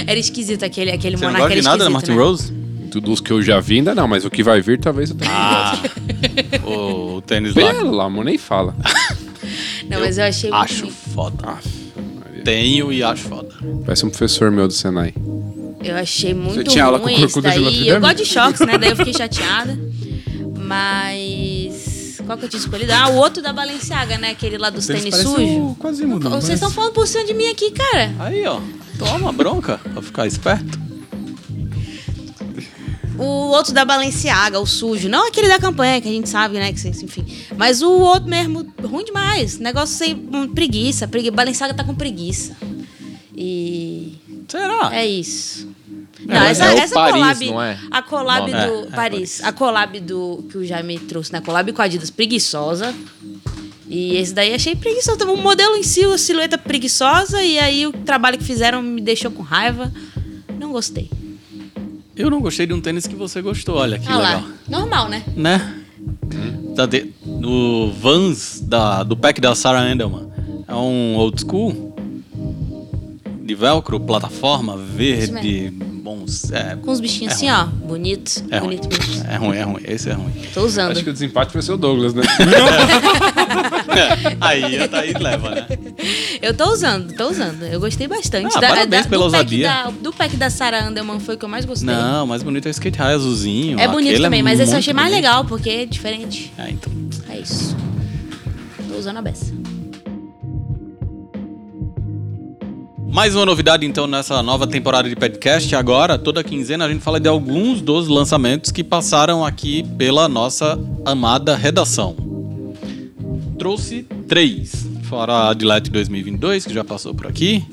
C: Era esquisito aquele, aquele
A: Você não
C: monarca.
A: gosta de
C: era
A: nada da Martin
C: esquisito, né?
A: Rose?
B: Tudo os que eu já vi ainda não, mas o que vai vir talvez eu tenha.
A: Ah, o, o tênis lá.
B: Pelo amor, nem fala.
C: Não, mas eu achei muito
A: Acho
C: ruim.
A: foda.
B: Ah, Maria.
A: Tenho e acho foda.
B: Parece um professor meu do Senai.
C: Eu achei muito
B: Você tinha aula com
C: ruim isso
B: Crocodilo de Notre
C: daí. Eu
B: Dame?
C: gosto de choques, né? Daí eu fiquei chateada. Mas. Qual que eu tinha escolhido? Ah, o outro da Balenciaga, né? Aquele lá dos tênis sujos.
D: Quase
C: Vocês estão falando por cima de mim aqui, cara.
A: Aí, ó. Toma bronca pra ficar esperto.
C: O outro da Balenciaga, o sujo. Não aquele da campanha, que a gente sabe, né? Que, vocês- enfim. Mas o outro mesmo, ruim demais. Negócio sem hum, preguiça. Pregui... Balenciaga tá com preguiça. E.
A: Será?
C: É isso. Não,
E: mas
C: essa,
E: Ah. é o
C: essa
E: Paris,
C: collab,
E: não é?
C: a collab
A: Não,
C: do
A: é, é
C: Paris, a collab do que o Jaime trouxe, né? Collab com a Adidas preguiçosa. E esse daí achei preguiçoso, tava um modelo em si, uma silhueta preguiçosa e aí o trabalho que fizeram me deixou com raiva. Não gostei.
A: Eu não gostei de um tênis que você gostou, olha que
C: ah
A: legal.
C: lá, normal, né?
A: Né? Tá de- no Vans da, do pack da Sarah Endelman. É um old school. De velcro, plataforma, verde, bons. É,
C: Com os bichinhos
A: É
C: assim, ó, bonito,
A: é ruim.
C: bonito, bonito.
A: É ruim, é ruim. Esse é ruim.
C: Tô usando.
B: Acho que o desempate vai ser o Douglas, né?
A: Aí a Thaís leva, né?
C: Eu tô usando, tô usando. Eu gostei bastante.
A: Ah, parabéns pela
C: do pack
A: ousadia.
C: da- do pack da Sarah Anderman foi o que eu mais gostei.
A: Não, o mais bonito é o skate high azulzinho.
C: É bonito
A: Aquele é
C: também, mas esse eu
A: muito
C: achei mais
A: bonito.
C: legal, porque é diferente.
A: Ah, então.
C: É isso. Tô usando a beça.
A: Mais uma novidade, então, nessa nova temporada de podcast. Agora, toda quinzena, a gente fala de alguns dos lançamentos que passaram aqui pela nossa amada redação. Trouxe três. Fora a Adilete 2022, que já passou por aqui.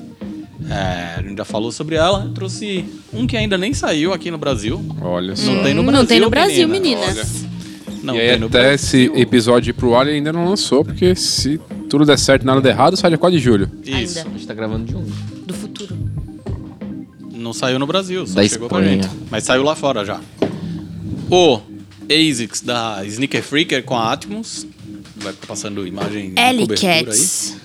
A: É, a gente já falou sobre ela. Eu trouxe um que ainda nem saiu aqui no Brasil.
B: Olha só.
A: Não tem no Brasil,
C: Hum, Não tem no Brasil,
A: menina.
C: meninas.
A: Não
B: e aí,
A: tem no
B: até esse episódio ir pro ar ele ainda não lançou, porque se tudo der certo e nada der errado, sai dia 4 de julho.
A: Isso.
E: A gente tá gravando de um.
C: Do futuro.
A: Não saiu no Brasil, só
E: Da
A: chegou pra
E: Espanha.
A: gente. Mas saiu lá fora já. O ASICS da Sneaker Freaker com a Atmos. Vai passando imagem de
C: Ellie
A: cobertura aí.
C: Cats.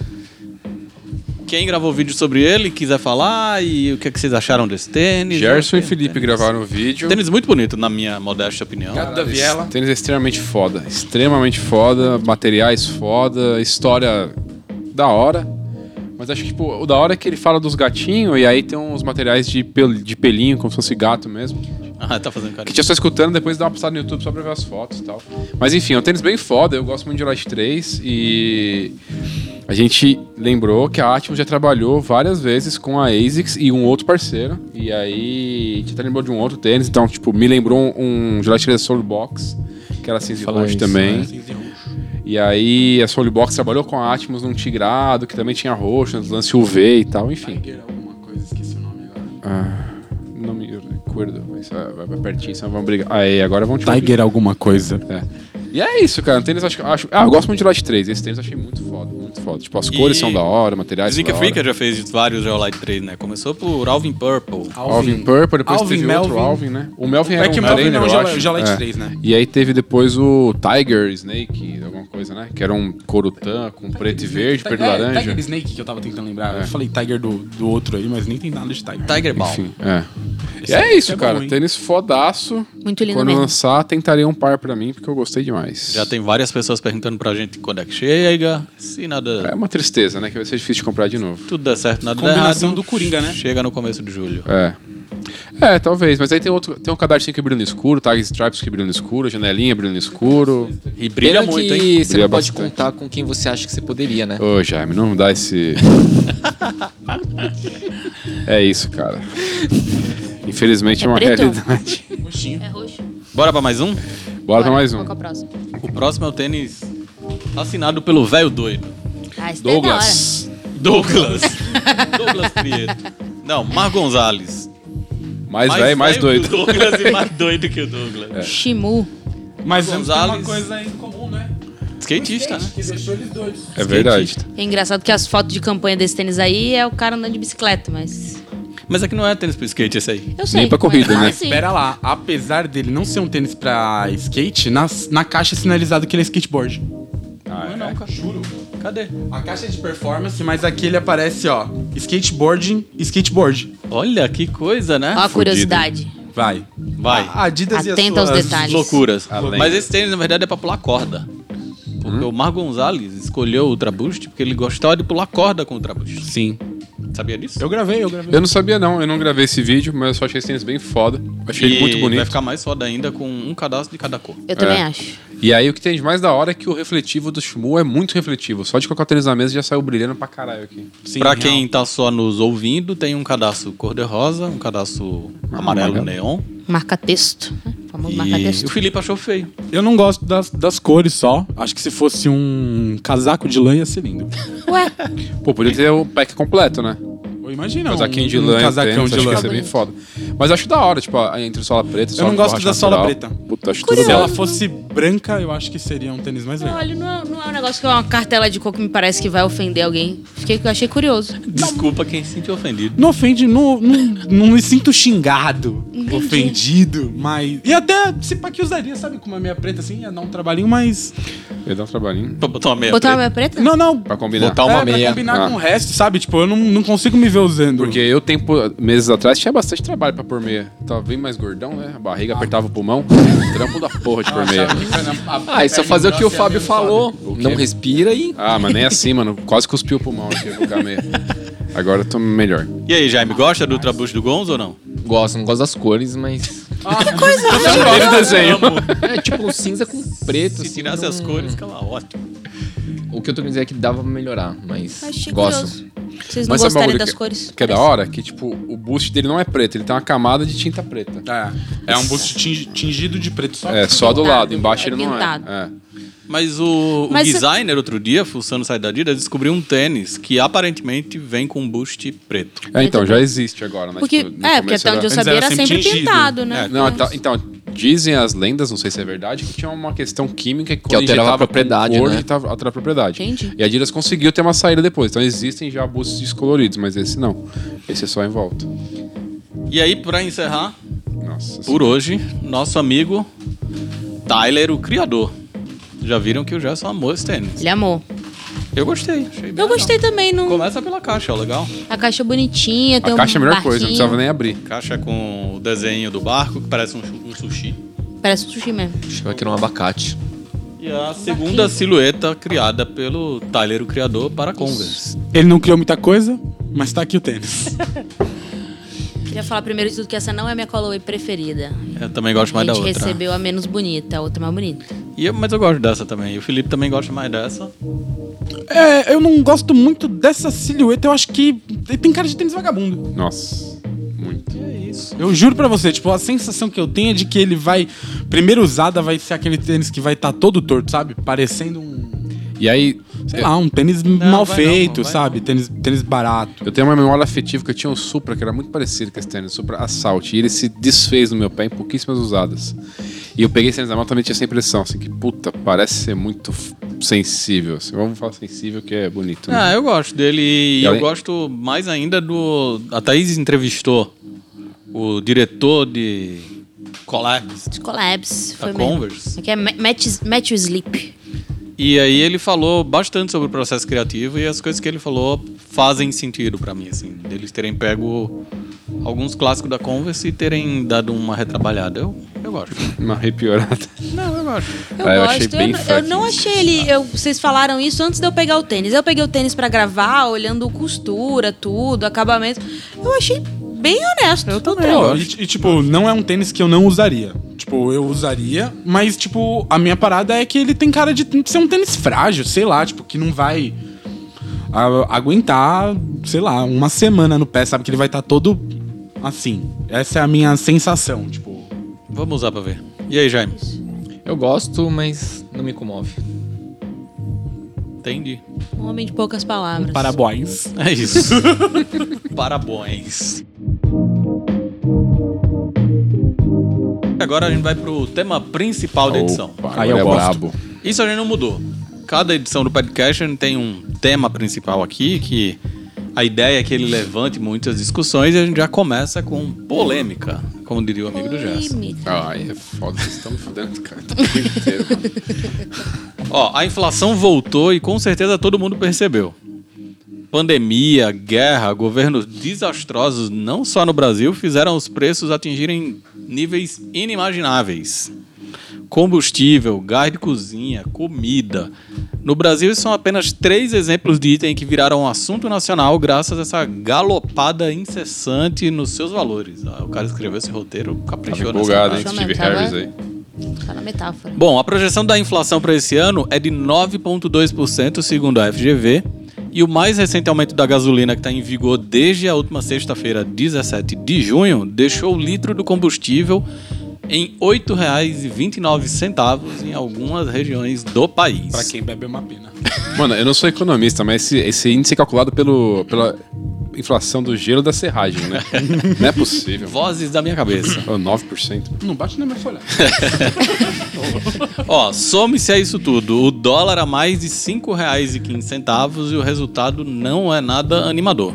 A: Quem gravou vídeo sobre ele, quiser falar e o que, é que vocês acharam desse tênis.
B: Gerson e
A: Tênis-
B: Felipe
A: tênis-
B: gravaram o vídeo.
A: Tênis muito bonito, na minha modesta opinião.
D: Gato da viela.
B: Tênis é extremamente foda. Extremamente foda, materiais foda, história da hora. Mas acho que tipo, o da hora é que ele fala dos gatinhos e aí tem uns materiais de, pel- de pelinho, como se fosse gato mesmo.
A: Ah, tá fazendo
B: Que
A: carinho.
B: tinha só escutando, depois dá uma passada no YouTube só pra ver as fotos e tal. Mas enfim, é um tênis bem foda, eu gosto muito de Light 3 e. A gente lembrou que a Atmos já trabalhou várias vezes com a ASICS e um outro parceiro. E aí, a gente até lembrou de um outro tênis, então, tipo, me lembrou um Gillette 3 Soul Box, que era cinza e
E: Falar
B: roxo
E: isso,
B: também.
E: né?
B: E aí, a Soul Box trabalhou com a Atmos num tigrado, que também tinha roxo, lance UV e tal, enfim.
D: alguma coisa, esqueci o nome agora.
B: Não me recordo, mas ah, vai vai pertinho, senão vamos brigar. Aí, agora vamos te
D: Tiger alguma coisa.
B: É. E é isso, cara. Tênis, acho, que- acho, ah, eu gosto muito de Light 3. Esse tênis eu achei muito foda, muito foda. Tipo, as cores
A: E-
B: são da hora, materiais são da
A: Sneaker
B: hora.
A: Freaker já fez vários Geolite 3, né? Começou por Alvin Purple.
B: Alvin, Purple, depois
D: Alvin,
B: teve outro
D: Melvin.
B: Alvin, né? O Melvin era
D: É que
B: um
D: o Melvin
B: trainer,
D: não,
B: eu
D: já-
B: acho.
D: já Light
B: É.
D: 3, né?
B: E aí teve depois o Tiger Snake, alguma coisa, né? Que era um corutã com preto e verde,
D: Tiger-
B: preto e
D: é,
B: laranja.
D: Tiger Snake que eu tava tentando lembrar. Eu falei Tiger do, do outro aí, mas nem tem nada de Tiger.
A: Tiger Ball.
B: Enfim, é. E é isso,
D: é bom,
B: cara.
D: hein?
B: tênis fodaço.
C: Muito lindo
B: Quando
C: mesmo.
B: lançar, tentaria um par pra mim, porque eu gostei demais.
A: Já tem várias pessoas perguntando pra gente quando é que chega, se nada.
B: É uma tristeza, né? Que vai ser difícil de comprar de novo.
A: Tudo dá certo, nada dá
D: Combinação
A: errado.
D: do Coringa, né?
A: Chega no começo de julho.
B: É. É, talvez. Mas aí tem outro. Tem um cadarcinho que brilha no escuro, tag stripes que brilha no escuro, janelinha brilha no escuro.
A: E brilha
E: Pena
A: muito,
E: que
A: hein?
E: você não
B: Brilha
E: pode
B: bastante.
E: contar com quem você acha que você poderia, né?
B: Ô, Jaime, não dá esse. é isso, cara. Infelizmente é uma
C: preto?
B: realidade.
C: É roxo.
A: Bora pra mais um?
B: Bora pra mais um.
C: Qual que é o próximo?
A: O próximo é o tênis assinado pelo velho doido.
C: Ah, esse daí é da hora.
B: Douglas.
A: Douglas. Douglas Prieto. Não, Mar Gonzalez.
B: Mais velho, mais
A: velho que
B: doido. É.
A: o Douglas e mais doido que o Douglas.
C: Shimu.
D: Mas é
A: Gonzales.
D: uma coisa em comum, né? Um
A: Skatista, né?
D: Que deixou eles doidos.
B: É verdade.
C: É engraçado que as fotos de campanha desse tênis aí é o cara andando de bicicleta, mas.
A: Mas aqui não é tênis pro skate esse aí.
C: Eu sei.
B: pra
C: como é.
B: corrida,
C: Ah,
B: né?
C: sim.
D: Pera lá, apesar dele não ser um tênis pra skate, na, na caixa é sinalizado que ele é skateboard.
B: Ah,
A: Não é não, cara.
D: Juro.
A: Cadê?
D: A caixa é de performance, mas aqui ele aparece, ó, skateboarding, skateboard.
A: Olha que coisa, né?
D: Ah.
C: Ó a curiosidade.
D: Vai.
A: Vai.
D: A Adidas
C: Atenta
D: e as
C: aos
D: suas...
C: detalhes.
A: Loucuras.
B: Além.
A: Mas esse tênis, na verdade, é pra pular corda. Porque o Mar Gonzalez escolheu o Ultra Boost porque ele gostava de pular corda com o Ultra Boost.
D: Sim.
A: Sabia disso?
D: Eu gravei, eu gravei.
B: Eu não sabia, não. Eu não gravei esse vídeo, mas eu só achei esse tênis bem foda. Achei ele
A: E
B: muito
A: Vai
B: bonito.
A: ficar mais foda ainda com um cadastro de cada cor.
C: Eu também
B: É.
C: acho.
B: E aí o que tem de mais da hora é que o refletivo do Shimu é muito refletivo. Só de colocar o tênis na mesa já saiu brilhando pra caralho aqui.
D: Sim,
A: pra
D: real.
A: quem tá só nos ouvindo, tem um cadastro cor-de-rosa, um cadastro amarelo,
B: amarelo.
A: neon.
C: Marca texto. né? O famoso marca
A: E o
C: texto.
A: Felipe achou feio.
D: Eu não gosto das, das cores só. Acho que se fosse um casaco de lã ia ser lindo.
C: Ué,
B: Pô, podia ter o pack completo, né?
D: Ou imagina
B: Casaquinho
D: um,
B: de
D: um
B: lã,
D: casacão
B: tênis,
D: de
B: acho que
D: lã.
B: ia ser bem foda. Mas acho da hora, tipo, a- entre sola preta e sola
D: não gosto
B: borracha
D: da sola
B: natural.
D: preta.
B: Puta, acho um tudo
D: Se ela
B: bom.
D: fosse branca, eu acho que seria um tênis mais legal.
C: olha, não é, não é um negócio que é uma cartela de cor que me parece que vai ofender alguém. Fiquei, eu achei curioso.
A: Desculpa quem se sentiu ofendido.
D: Não ofende, não, não, não me sinto xingado, ofendido, mas. E até se pá que usaria, sabe? Com uma meia preta assim, ia dar um trabalhinho, mas.
B: Ia dar um trabalhinho.
A: Pra botar uma meia
C: Botar uma
A: preta.
C: meia preta?
D: Não, não.
B: Pra combinar.
A: Botar uma
D: é,
A: meia.
D: Pra combinar
B: Ah.
D: com o resto, sabe? Tipo, eu não, não consigo me ver usando.
B: Porque eu, tempo, meses atrás, tinha bastante trabalho pra pôr meia. Tava bem mais gordão, né? A barriga apertava o pulmão. Trampo da porra de pôr meia.
E: Ah, é só fazer o que o Fábio falou.
B: O quê?
E: Não respira e.
B: Ah, mas nem assim, mano. Quase cuspiu o pulmão aqui, lugar meia. Agora eu tô melhor.
A: E aí, Jaime, gosta do Ultra Boost do Gonzo ou não?
E: Gosto, não gosto das cores, mas.
B: Olha o desenho.
E: É tipo um cinza com preto.
A: Se
E: assim,
A: tirasse
E: não-
A: as cores, ficava ótimo.
E: O que eu tô querendo dizer é que dava pra melhorar, mas.
C: Achei
E: Gosto.
C: curioso. Vocês não
B: sabe um
C: gostarem
B: bagulho
C: das
B: que-
C: cores?
B: Que é da
C: Parece.
B: hora? Que, tipo, o boost dele não é preto. Ele tem uma camada de tinta preta.
C: Ah,
D: É, é um boost tingi- tingido de preto só.
B: É, só do
C: Pintado.
B: lado. Embaixo ele não é.
C: Pintado.
B: É.
A: Mas o, o
C: Mas cê-
A: designer, outro dia, fuçando sair da Adidas, descobriu um tênis que aparentemente vem com um boost preto.
B: É, então, já existe agora, né?
C: um- Porque,
B: Tipo, no
C: é, porque
B: começo
C: até onde eu
D: era-
C: sabia
D: antes
C: era
D: era sempre
C: sempre
D: tingido.
C: pintado, né?
B: É, não, tá- então, dizem as lendas, não sei se é verdade, que tinha uma questão química que, quando
E: alterava
B: injetava
E: a
B: com
E: propriedade,
B: cor,
E: né?
B: injetava- alterava a propriedade.
C: Entendi.
B: E a Adidas conseguiu ter uma saída depois. Então existem já bustos descoloridos, mas esse não. Esse é só em volta.
A: E aí, pra encerrar,
B: Nossa.
A: por hoje, nosso amigo Tyler, o criador. Já viram que o Gerson amou esse tênis.
C: Ele amou.
A: Eu gostei, achei bem
C: Eu gostei também.
A: legal.
C: Não...
A: Começa pela caixa, ó, legal.
C: A caixa é bonitinha, tem
B: a
C: um
B: caixa é a melhor coisa, não
C: barquinho.
B: precisava nem abrir.
A: Caixa com o desenho do barco, que parece um, chu- um sushi.
C: Parece um sushi mesmo.
E: Achava que era um abacate.
A: E a segunda silhueta criada pelo Tyler, o criador, para a Converse.
D: Ele não criou muita coisa, mas tá aqui o tênis.
C: Queria falar primeiro de tudo que essa não é a minha colorway preferida.
A: Eu também gosto mais
C: a
A: é da
C: gente
A: outra.
C: recebeu a menos bonita, a outra mais bonita.
A: E eu- mas eu gosto dessa também. E o Felipe também gosta mais dessa.
D: é, eu não gosto muito dessa silhueta. Eu acho que ele tem cara de tênis vagabundo.
B: Nossa. Muito.
A: E é isso.
D: Eu juro pra você, tipo, a sensação que eu tenho é de que ele vai. Primeira usada vai ser aquele tênis que vai estar todo torto, sabe? Parecendo um.
B: E aí,
D: Sei
B: eu-
D: lá, um tênis mal
A: vai
D: feito,
A: não, vai
D: sabe? Tênis, tênis barato.
B: eu tenho uma memória afetiva que eu tinha um Supra que era muito parecido com esse tênis, Supra Assault, e ele se desfez no meu pé em pouquíssimas usadas. E eu peguei esse tênis na mão também tinha essa impressão, assim, que puta, parece ser muito f- sensível. assim. Vamos falar sensível que é bonito. né?
A: Ah, eu gosto dele e
B: E
A: eu
B: além-
A: gosto mais ainda do. A Thaís entrevistou o diretor de Collabs
C: De collabs. Foi
A: da
C: mesmo.
A: Converse.
C: Aqui é Ma- Match, Match You Sleep.
A: E aí ele falou bastante sobre o processo criativo e as coisas que ele falou fazem sentido pra mim, assim. Deles terem pego alguns clássicos da Converse e terem dado uma retrabalhada. Eu, eu gosto.
B: Uma arrepiorada.
A: Não, eu gosto.
C: Eu
B: Ah, eu
C: gosto.
B: achei
C: eu,
B: bem
C: não- eu
B: fraquinho.
C: não achei ele. eu- vocês falaram isso antes de eu pegar o tênis. Eu peguei o tênis pra gravar, olhando costura, tudo, acabamento. Eu achei bem honesto. Eu também.
D: Não, e, e, tipo, não é um tênis que eu não usaria. Tipo, eu usaria, mas, tipo, a minha parada é que ele tem cara de ser um tênis frágil, sei lá, tipo, que não vai a- aguentar, sei lá, uma semana no pé, sabe? Que ele vai estar todo assim. Essa é a minha sensação, tipo.
A: Vamos usar pra ver. E aí, Jaime?
E: Eu gosto, mas não me comove.
A: Entendi.
C: Um homem de poucas
B: Um
C: palavras.
D: Parabéns.
A: É isso. Parabéns. Agora a gente vai pro tema principal da edição.
B: Opa,
D: Aí eu
B: agora é
D: gosto.
B: brabo.
A: Isso a gente não mudou. Cada edição do podcast a gente tem um tema principal aqui que a ideia é que ele levante muitas discussões e a gente já começa com polêmica, como diria o amigo do Gerson.
C: Polêmica.
B: Ai, é foda. Vocês estão me fudendo, cara. Tô o tempo inteiro, mano.
A: Ó, a inflação voltou e com certeza todo mundo percebeu. Pandemia, guerra, governos desastrosos, não só no Brasil, fizeram os preços atingirem níveis inimagináveis. Combustível, gás de cozinha, comida. No Brasil, são apenas três exemplos de item que viraram assunto nacional graças a essa galopada incessante nos seus valores. Ah, O cara escreveu esse roteiro,
B: Tava
A: caprichou nessa
B: Tá empolgado, hein?
A: parte.
C: Chama,
B: Steve
C: tava-
B: Harris aí.
C: Tá na metáfora.
A: Bom, a projeção da inflação para esse ano é de 9,2%, segundo a FGV. E o mais recente aumento da gasolina, que está em vigor desde a última sexta-feira, 17 de junho, deixou o litro do combustível em R$ 8,29 em algumas regiões do país.
D: Pra quem bebe é uma pena.
B: Mano, eu não sou economista, mas esse, esse índice é calculado pelo, pela inflação do gelo da serragem, né? não é possível.
A: Vozes da minha cabeça.
B: Oh, 9%.
D: Não bate na minha folha.
A: Ó, some-se a isso tudo. O dólar a mais de R$ 5,15 e o resultado não é nada animador.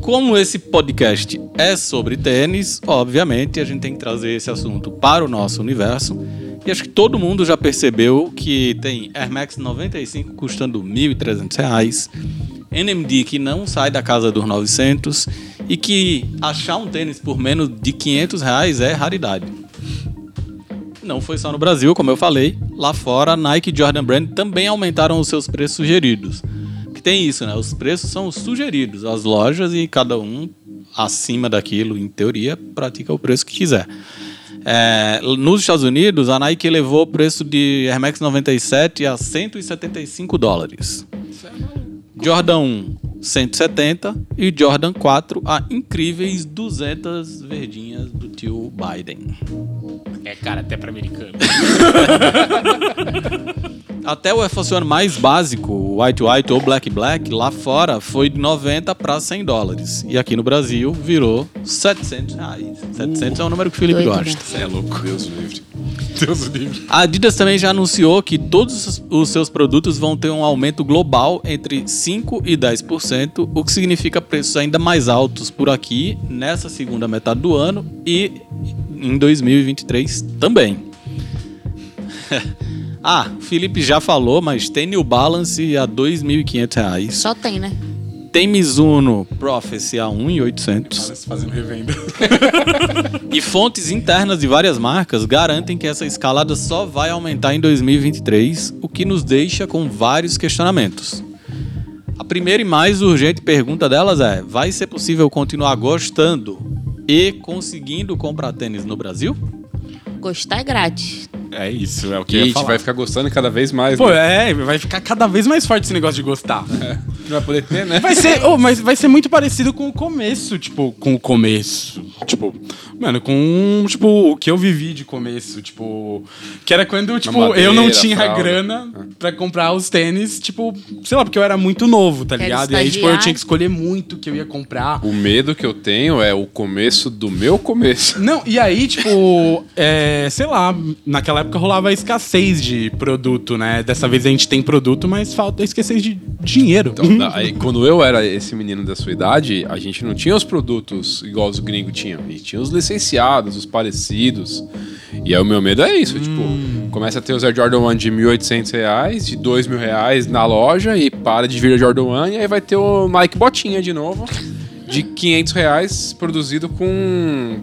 A: Como esse podcast é sobre tênis, obviamente a gente tem que trazer esse assunto para o nosso universo. E acho que todo mundo já percebeu que tem Air Max 95 custando R$ 1.300, reais, NMD que não sai da casa dos 900 e que achar um tênis por menos de R$ 500 reais é raridade. Não foi só no Brasil, como eu falei. Lá fora, a Nike e Jordan Brand também aumentaram os seus preços sugeridos. Que tem isso, né? Os preços são os sugeridos às lojas e cada um acima daquilo, em teoria, pratica o preço que quiser. É, nos Estados Unidos, a Nike elevou o preço de Air Max 97 a 175 dólares. Jordan 1, 170 e Jordan 4 a incríveis 200 verdinhas do tio Biden.
D: É, cara, até pra americano.
A: Até o Air mais básico, o White White ou Black Black, lá fora foi de 90 para 100 dólares. E aqui no Brasil virou 700 reais. 700 é o número que o Felipe
C: Doido,
A: gosta.
C: né?
B: É louco. Deus me livre.
D: Deus livre.
A: A Adidas também já anunciou que todos os- os seus produtos vão ter um aumento global entre 5% e 10%, o que significa preços ainda mais altos por aqui nessa segunda metade do ano e em 2023 também. ah, o Felipe já falou, mas tem New Balance a R$ 2.500. reais.
C: Só tem, né?
A: Tem Mizuno Prophecy a um R$ 1.800.
D: Parece fazendo revenda.
A: E fontes internas de várias marcas garantem que essa escalada só vai aumentar em 2023, o que nos deixa com vários questionamentos. A primeira e mais urgente pergunta delas é: vai ser possível continuar gostando e conseguindo comprar tênis no Brasil?
C: Gostar é grátis.
D: É isso, é o que
B: E
D: eu
B: a
D: ia
B: gente
D: falar.
B: vai ficar gostando cada vez mais.
D: Pô,
B: né?
D: é, vai ficar cada vez mais forte esse negócio de gostar.
B: Não vai poder ter, né?
D: Vai ser, oh, mas vai ser muito parecido com o começo, tipo, com o começo. Tipo, mano, com tipo, o que eu vivi de começo, tipo. Que era quando, tipo, eu não
B: madeira,
D: tinha
B: fralda. Ah.
D: grana pra comprar os tênis, tipo, sei lá, porque eu era muito novo, tá
C: Quero
D: ligado? E aí, tipo, eu
C: estagiar.
D: tinha que escolher muito o que eu ia comprar.
B: O medo que eu tenho é o começo do meu começo.
D: Não, e aí, tipo, é, sei lá, naquela época rolava a escassez de produto, né? Dessa vez a gente tem produto, mas falta a escassez de dinheiro.
B: Então, na- aí, quando eu era esse menino da sua idade, a gente não tinha os produtos igual os gringos tinham. E tinha os licenciados, os parecidos. E aí o meu medo é isso.
D: Hum.
B: Tipo, começa a ter os Air Jordan 1 de 1.800 reais, de 2 mil reais na loja e para de vir a Jordan 1 e aí vai ter o Nike Botinha de novo. De 500 reais produzido com...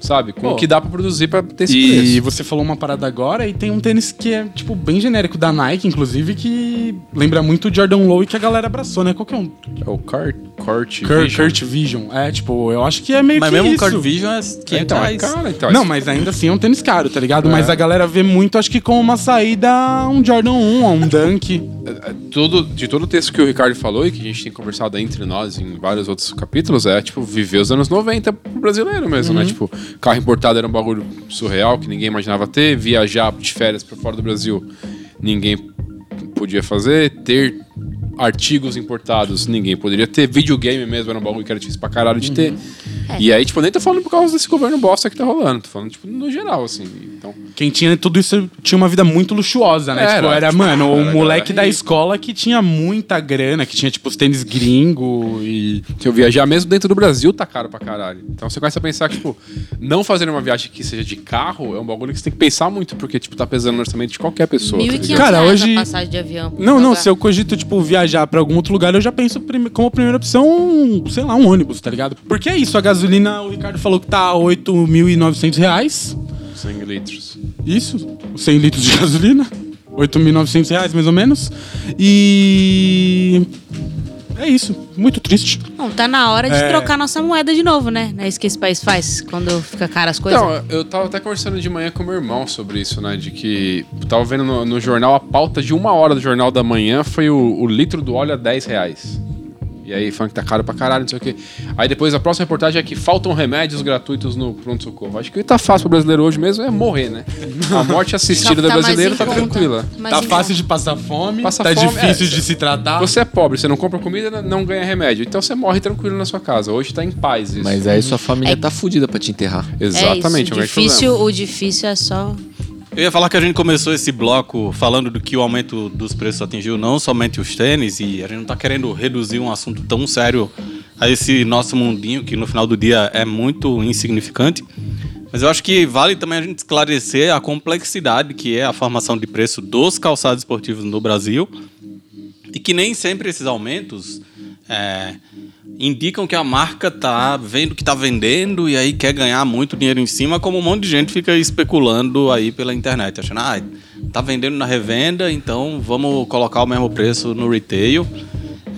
B: Sabe? Com
D: Pô.
B: o que dá pra produzir pra ter esse preço.
D: E você falou uma parada agora e tem um tênis que é, tipo, bem genérico da Nike, inclusive, que lembra muito o Jordan Low e que a galera abraçou, né? Qual que é um?
B: É o Cart... Cart...
D: Cur- Kurt Vision. É, tipo, eu acho que é meio
A: Mas
D: que
A: mesmo o
D: isso.
A: Card Vision é 500
B: Então, é
A: reais.
B: caro, então.
D: Não, mas ainda assim é um tênis caro, tá ligado? Mas a galera vê muito, acho que como uma saída um Jordan 1, um Dunk.
B: Todo, de todo o texto que o Ricardo falou e que a gente tem conversado entre nós em vários outros capítulos, é tipo, viver os anos 90 pro brasileiro mesmo, né? Tipo, carro importado era um bagulho surreal que ninguém imaginava ter, viajar de férias pra fora do Brasil ninguém podia fazer, ter artigos importados ninguém poderia ter, videogame mesmo era um bagulho que era difícil pra caralho de ter. E aí, tipo, nem tô falando por causa desse governo bosta que tá rolando, tô falando, tipo, no geral, assim. Então,
D: Quem tinha tudo isso tinha uma vida muito luxuosa, né?
B: Era,
D: tipo, era,
B: tipo,
D: mano, o
B: era,
D: moleque
B: era
D: da
B: rico.
D: escola que tinha muita grana, que tinha, tipo, os tênis gringo e.
B: Se eu viajar mesmo dentro do Brasil, tá caro pra caralho. Então você começa a pensar que, tipo, não fazer uma viagem que seja de carro é um bagulho que você tem que pensar muito, porque, tipo, tá pesando no orçamento de qualquer pessoa. tá
C: 1.500
B: ligado?
D: Cara,
C: reais
D: hoje-
C: a passagem de avião. pra
D: Não, não,
C: lugar.
D: se eu cogito, tipo, viajar pra algum outro lugar, eu já penso prime- como primeira opção, um, sei lá, um ônibus, tá ligado? Porque é isso, a gasolina, o Ricardo falou que tá 8.900 reais.
B: 100 litros.
D: Isso, 100 litros de gasolina, 8.900 reais mais ou menos. E. É isso, muito triste.
C: Não, tá na hora de
D: É.
C: trocar nossa moeda de novo, né? Não É isso que esse país faz quando fica caro as coisas.
B: Então, eu tava até conversando de manhã com meu irmão sobre isso, né? De que eu tava vendo no, no jornal, a pauta de uma hora do jornal da manhã foi o, o litro do óleo a 10 reais. E aí falando que tá caro pra caralho, não sei o quê. Aí depois a próxima reportagem é que faltam remédios gratuitos no pronto-socorro. Acho que o que tá fácil pro brasileiro hoje mesmo é morrer, né? A morte assistida
C: Só
B: do
C: tá mais
B: brasileiro
C: em
B: tá
C: conta.
B: tranquila.
C: Mais
D: Tá
C: em
D: fácil de passar fome,
B: Passa
D: tá
B: fome,
D: difícil
B: é.
D: de se tratar.
B: Você é pobre, você não compra comida, não ganha remédio. Então você morre tranquilo na sua casa. Hoje tá em paz isso.
E: Mas aí sua família tá fudida pra te enterrar.
B: Exatamente, é,
C: é
B: um grande
C: isso, difícil,
B: problema.
C: O difícil é só.
A: Eu ia falar que a gente começou esse bloco falando do que o aumento dos preços atingiu não somente os tênis, e a gente não tá querendo reduzir um assunto tão sério a esse nosso mundinho, que no final do dia é muito insignificante. Mas eu acho que vale também a gente esclarecer a complexidade que é a formação de preço dos calçados esportivos no Brasil e que nem sempre esses aumentos é, indicam que a marca tá vendo que tá vendendo e aí quer ganhar muito dinheiro em cima, como um monte de gente fica especulando aí pela internet, achando, ah, tá vendendo na revenda, então vamos colocar o mesmo preço no retail.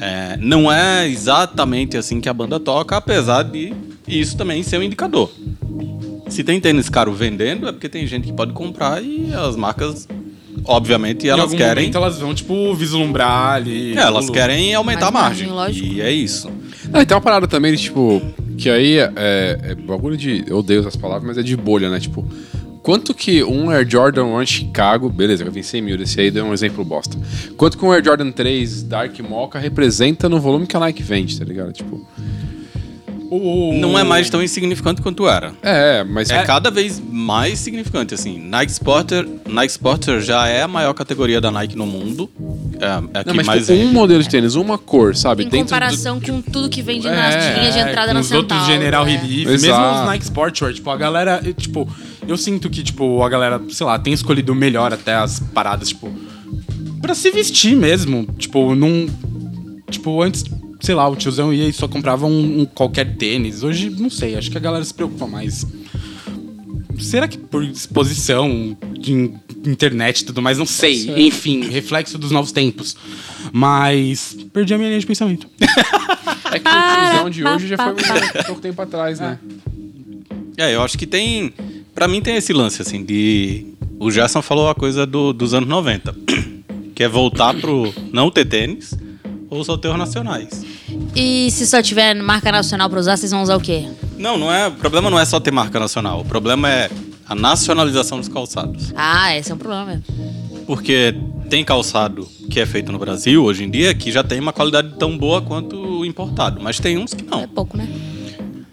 A: É, não é exatamente assim que a banda toca, apesar de isso também ser um indicador. Se tem tênis caro vendendo, é porque tem gente que pode comprar e as marcas, obviamente,
D: Em
A: elas
D: algum
A: querem.
D: momento elas vão, tipo, vislumbrar ali.
A: É, elas
D: Lu-
A: querem aumentar
C: Mais
A: a margem.
C: margem, lógico.
A: E é isso.
B: Ah, e tem uma parada também, tipo, que aí é, é bagulho de. Eu odeio essas palavras, mas é de bolha, né? Tipo, quanto que um Air Jordan 1 Chicago. Beleza, eu vim 100 mil, esse aí deu um exemplo bosta. Quanto que um Air Jordan 3 Dark Mocha representa no volume que a Nike vende, tá ligado? Tipo.
D: O-
A: Não é mais tão insignificante quanto era.
B: É, mas.
A: É cada vez mais significante, assim. Nike Sporter, Nike Sporter já é a maior categoria da Nike no mundo. É, é a que
B: Não, mas
A: mais
B: tipo, um
A: vende.
B: modelo de tênis, uma cor, sabe?
C: Em
B: Dentro do-
C: comparação com tudo que vende
B: É,
C: nas linhas de
D: É,
C: entrada
D: com
C: na
D: os outros
C: Centauro,
D: General
C: é.
D: Release, mesmo
B: Exato.
D: os Nike Sportswear, tipo, a galera, eh, tipo, eu sinto que, tipo, a galera, sei lá, tem escolhido melhor até as paradas, tipo, pra se vestir mesmo, tipo, não, tipo, antes, sei lá, o tiozão ia e só comprava um, um qualquer tênis, hoje, não sei, acho que a galera se preocupa mais. Será que por exposição de in- internet e tudo mais, não sei, enfim, reflexo dos novos tempos, mas perdi a minha linha de pensamento.
B: É que o tiozão de hoje já foi muito pouco tempo atrás, né?
E: Ah.
A: É, eu acho que tem. Pra mim tem esse lance, assim, de. O Gerson falou a coisa do- dos anos 90. Que é voltar pro não ter tênis ou só ter os nacionais.
C: E se só tiver marca nacional pra usar, vocês vão usar o quê?
A: Não, não é. O problema não é só ter marca nacional. O problema é a nacionalização dos calçados.
C: Ah, esse é um problema mesmo.
A: Porque tem calçado que é feito no Brasil hoje em dia que já tem uma qualidade tão boa quanto o importado, mas tem uns que
C: É
A: não.
C: pouco, né?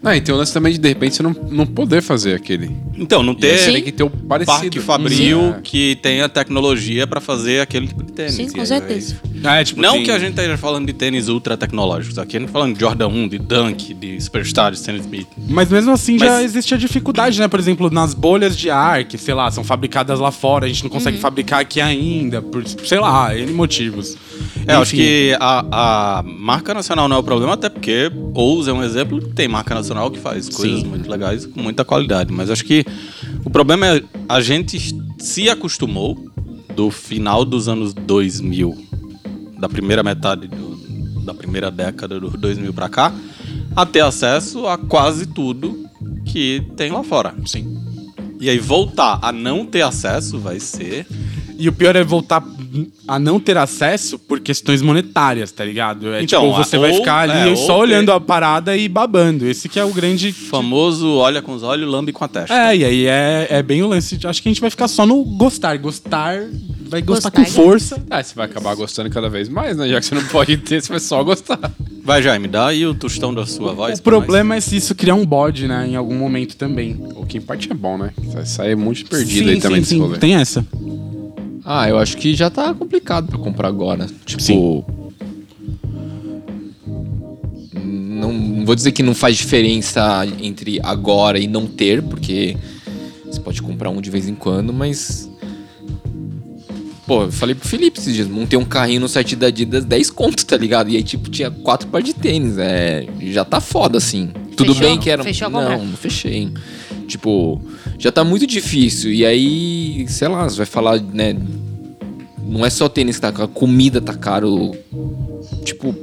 B: Não, e tem o lance também de, de repente, você não, não poder fazer aquele.
A: Então, não
D: É,
A: ter
C: Sim.
B: Tem que ter o parecido.
A: Parque Fabril
B: É.
A: que tenha tecnologia pra fazer aquele tipo de tênis.
C: Sim,
A: E
C: com
A: aí,
C: certeza.
D: Ah, é, tipo,
A: Não
D: tem-
A: que a gente esteja falando de tênis ultra tecnológicos. Aqui a gente tá falando de Jordan 1, de Dunk, de Superstar, de Stan Smith.
D: Mas mesmo assim
A: Mas-
D: já existe a dificuldade, né? Por exemplo, nas bolhas de ar, que, sei lá, são fabricadas lá fora, a gente não consegue
A: Uhum.
D: fabricar aqui ainda, por, sei lá, N motivos.
A: É, eu acho
D: Enfim.
A: que a, a marca nacional não é o problema, até porque Ous é um exemplo que tem marca nacional que faz coisas muito legais com muita qualidade. Mas acho que o problema é a gente se acostumou do final dos anos 2000, da primeira metade do- da primeira década dos 2000 pra cá, a ter acesso a quase tudo que tem lá fora.
D: Sim.
A: E aí voltar a não ter acesso vai ser
D: E o pior é voltar a não ter acesso por questões monetárias, tá ligado? É
A: Então,
D: tipo, você
A: ou-
D: vai ficar ali
A: é, ou
D: só
A: ter-
D: olhando a parada e babando. Esse que é o grande.
A: famoso olha com os olhos, lambe com a testa.
D: É, e aí é, é bem o lance. de- Acho que a gente vai ficar só no gostar. Gostar, vai gostar,
C: Gostar
D: com
C: e-
A: né?
D: força.
B: Ah, você vai acabar gostando cada vez mais, né? Já que você não pode ter, você vai só gostar.
A: Vai, Jaime, dá aí o tostão da sua voz.
D: O problema é se isso criar um bode, né? Em algum momento também.
B: O que em parte é bom, né? Vai sair um monte de perdido aí também desse rolê.
D: Tem essa.
E: Ah, eu acho que já tá complicado pra comprar agora. Tipo.
D: Sim.
E: Não, não vou dizer que não faz diferença entre agora e não ter, porque você pode comprar um de vez em quando, mas. Pô, eu falei pro Felipe esses dias, montei um carrinho no site da Adidas 10 conto, tá ligado? E aí, tipo, tinha quatro par de tênis. É, já tá foda, assim. Tudo
C: Fechou?
E: bem que era.
C: Fechou a compra?
E: não, não fechei. Tipo, já tá muito difícil. E aí, sei lá, você vai falar, né? Não é só tênis que tá caro, comida tá caro. Tipo,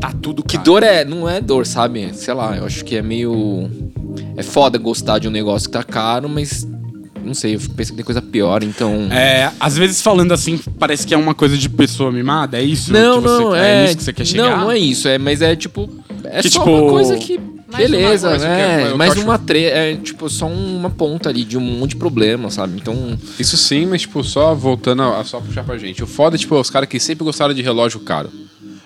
D: Tá tudo
E: que dor é. Não é dor, sabe? Sei lá, eu acho que é meio. É foda gostar de um negócio que tá caro, mas. Não sei, eu fico pensando que tem coisa pior, então.
D: É, às vezes falando assim, parece que é uma coisa de pessoa mimada, é isso?
E: Não,
D: que você-
E: não,
D: é,
E: é.
D: nisso que você quer chegar?
E: Não, não é isso, é, mas é tipo. É
D: Que,
E: só
D: tipo,
E: uma coisa que.
C: Mais
E: Beleza,
B: uma coisa, que é-
E: né?
B: eu
E: Mais
B: acho-
E: uma tre... É tipo, só uma ponta ali de um monte de problema, sabe? Então.
B: Isso sim, mas, tipo, só voltando a a só puxar pra gente. O foda é, tipo, os caras que sempre gostaram de relógio caro.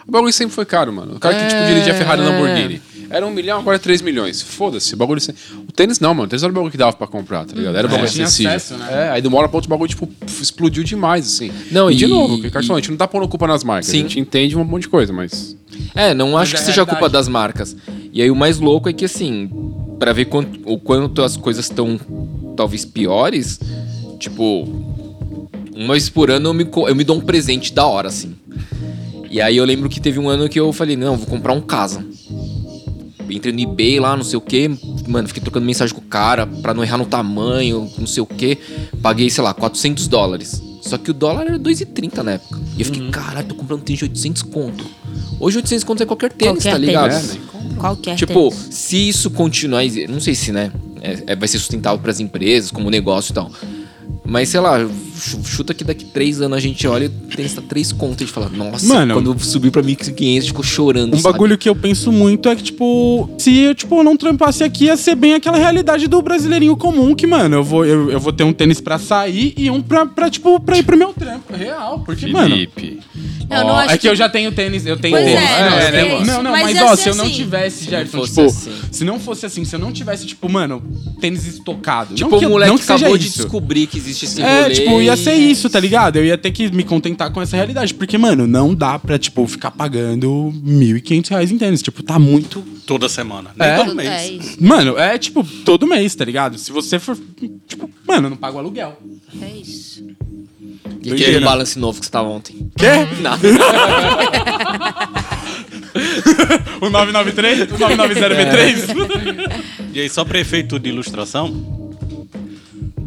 B: O bagulho sempre foi caro, mano. O cara que, tipo,
E: É,
B: dirigia Ferrari e
E: é.
B: Lamborghini. Era um milhão, agora é três milhões. Foda-se, o bagulho sempre... O tênis não, mano. O tênis era o bagulho que dava pra comprar, tá ligado? Era o bagulho
D: tinha
B: acessível.
D: acesso, né?
B: É, aí de uma hora pra outra o bagulho, tipo, pf, explodiu demais, assim.
E: Não,
B: e... de
E: e-
B: novo, o que o Carlos
E: e-
B: falou, a gente não tá pondo culpa nas marcas.
E: Sim.
B: A gente entende um monte de coisa, mas...
E: É, não
D: é
E: acho que seja
D: realidade.
E: culpa das marcas. E aí o mais louco é que assim, pra ver quanto, o quanto as coisas estão talvez piores, tipo, uma vez por ano eu me, co- eu me dou um presente da hora, assim. E aí eu lembro que teve um ano que eu falei, não, vou comprar um casa. Entrei no eBay lá, não sei o que, mano, fiquei trocando mensagem com o cara pra não errar no tamanho, não sei o que. Paguei, sei lá, 400 dólares. Só que o dólar era 2,30 na época. E eu fiquei,
C: Uhum.
E: caralho, tô comprando tênis de 800 conto. Hoje 800 conto é qualquer tênis,
C: Qualquer
E: tá ligado?
C: tênis. É. Qualquer
E: Tipo,
C: tênis.
E: se isso continuar, exi- não sei se, né, é- é- vai ser sustentável pras empresas, como negócio e tal. Mas sei lá, chu- chuta que daqui três anos a gente olha e tem essa três contas e a gente fala, nossa,
D: Mano,
E: quando subiu pra 1.500 a gente ficou chorando.
D: Um
E: sabe?
D: bagulho que eu penso muito é que, tipo, se eu tipo, não trampasse aqui, ia ser bem aquela realidade do brasileirinho comum, que, mano, eu vou, eu, eu vou ter um tênis pra sair e um pra, pra, tipo, pra ir pro meu trampo, real. Porque, mano.
C: Eu não
D: ó,
C: acho
D: é que,
C: que-
D: eu já tenho tênis, eu tenho
C: Pois
D: tênis.
C: é,
D: não,
C: não,
D: eu
C: é
D: tenho-
C: negócio.
D: não, não,
C: Mas
D: mas,
C: ia
D: ó,
C: ser
D: se eu não
C: assim.
D: tivesse, Gerson,
E: fosse
D: tipo,
E: assim.
D: se não fosse assim, se eu não tivesse, tipo, mano, tênis estocado.
E: Tipo,
D: não que,
E: o moleque
D: não que seja
E: acabou de
D: isso.
E: descobrir que existe esse
D: É,
E: rolê.
D: tipo, ia ser isso, tá ligado? Eu ia ter que me contentar com essa realidade. Porque, mano, não dá pra, tipo, ficar pagando 1.500 reais em tênis. Tipo, tá muito.
A: Toda semana. Nem
D: É?
A: todo
C: É
A: mês.
C: isso,
D: Mano, é tipo, todo mês, tá ligado? Se você for. Tipo, mano, eu não pago aluguel.
C: é isso.
E: E aquele
D: Doideira.
E: balance novo que você tava ontem.
D: Quê?
E: Nada.
D: O 993? O 990B3?
A: E aí, só prefeito de ilustração.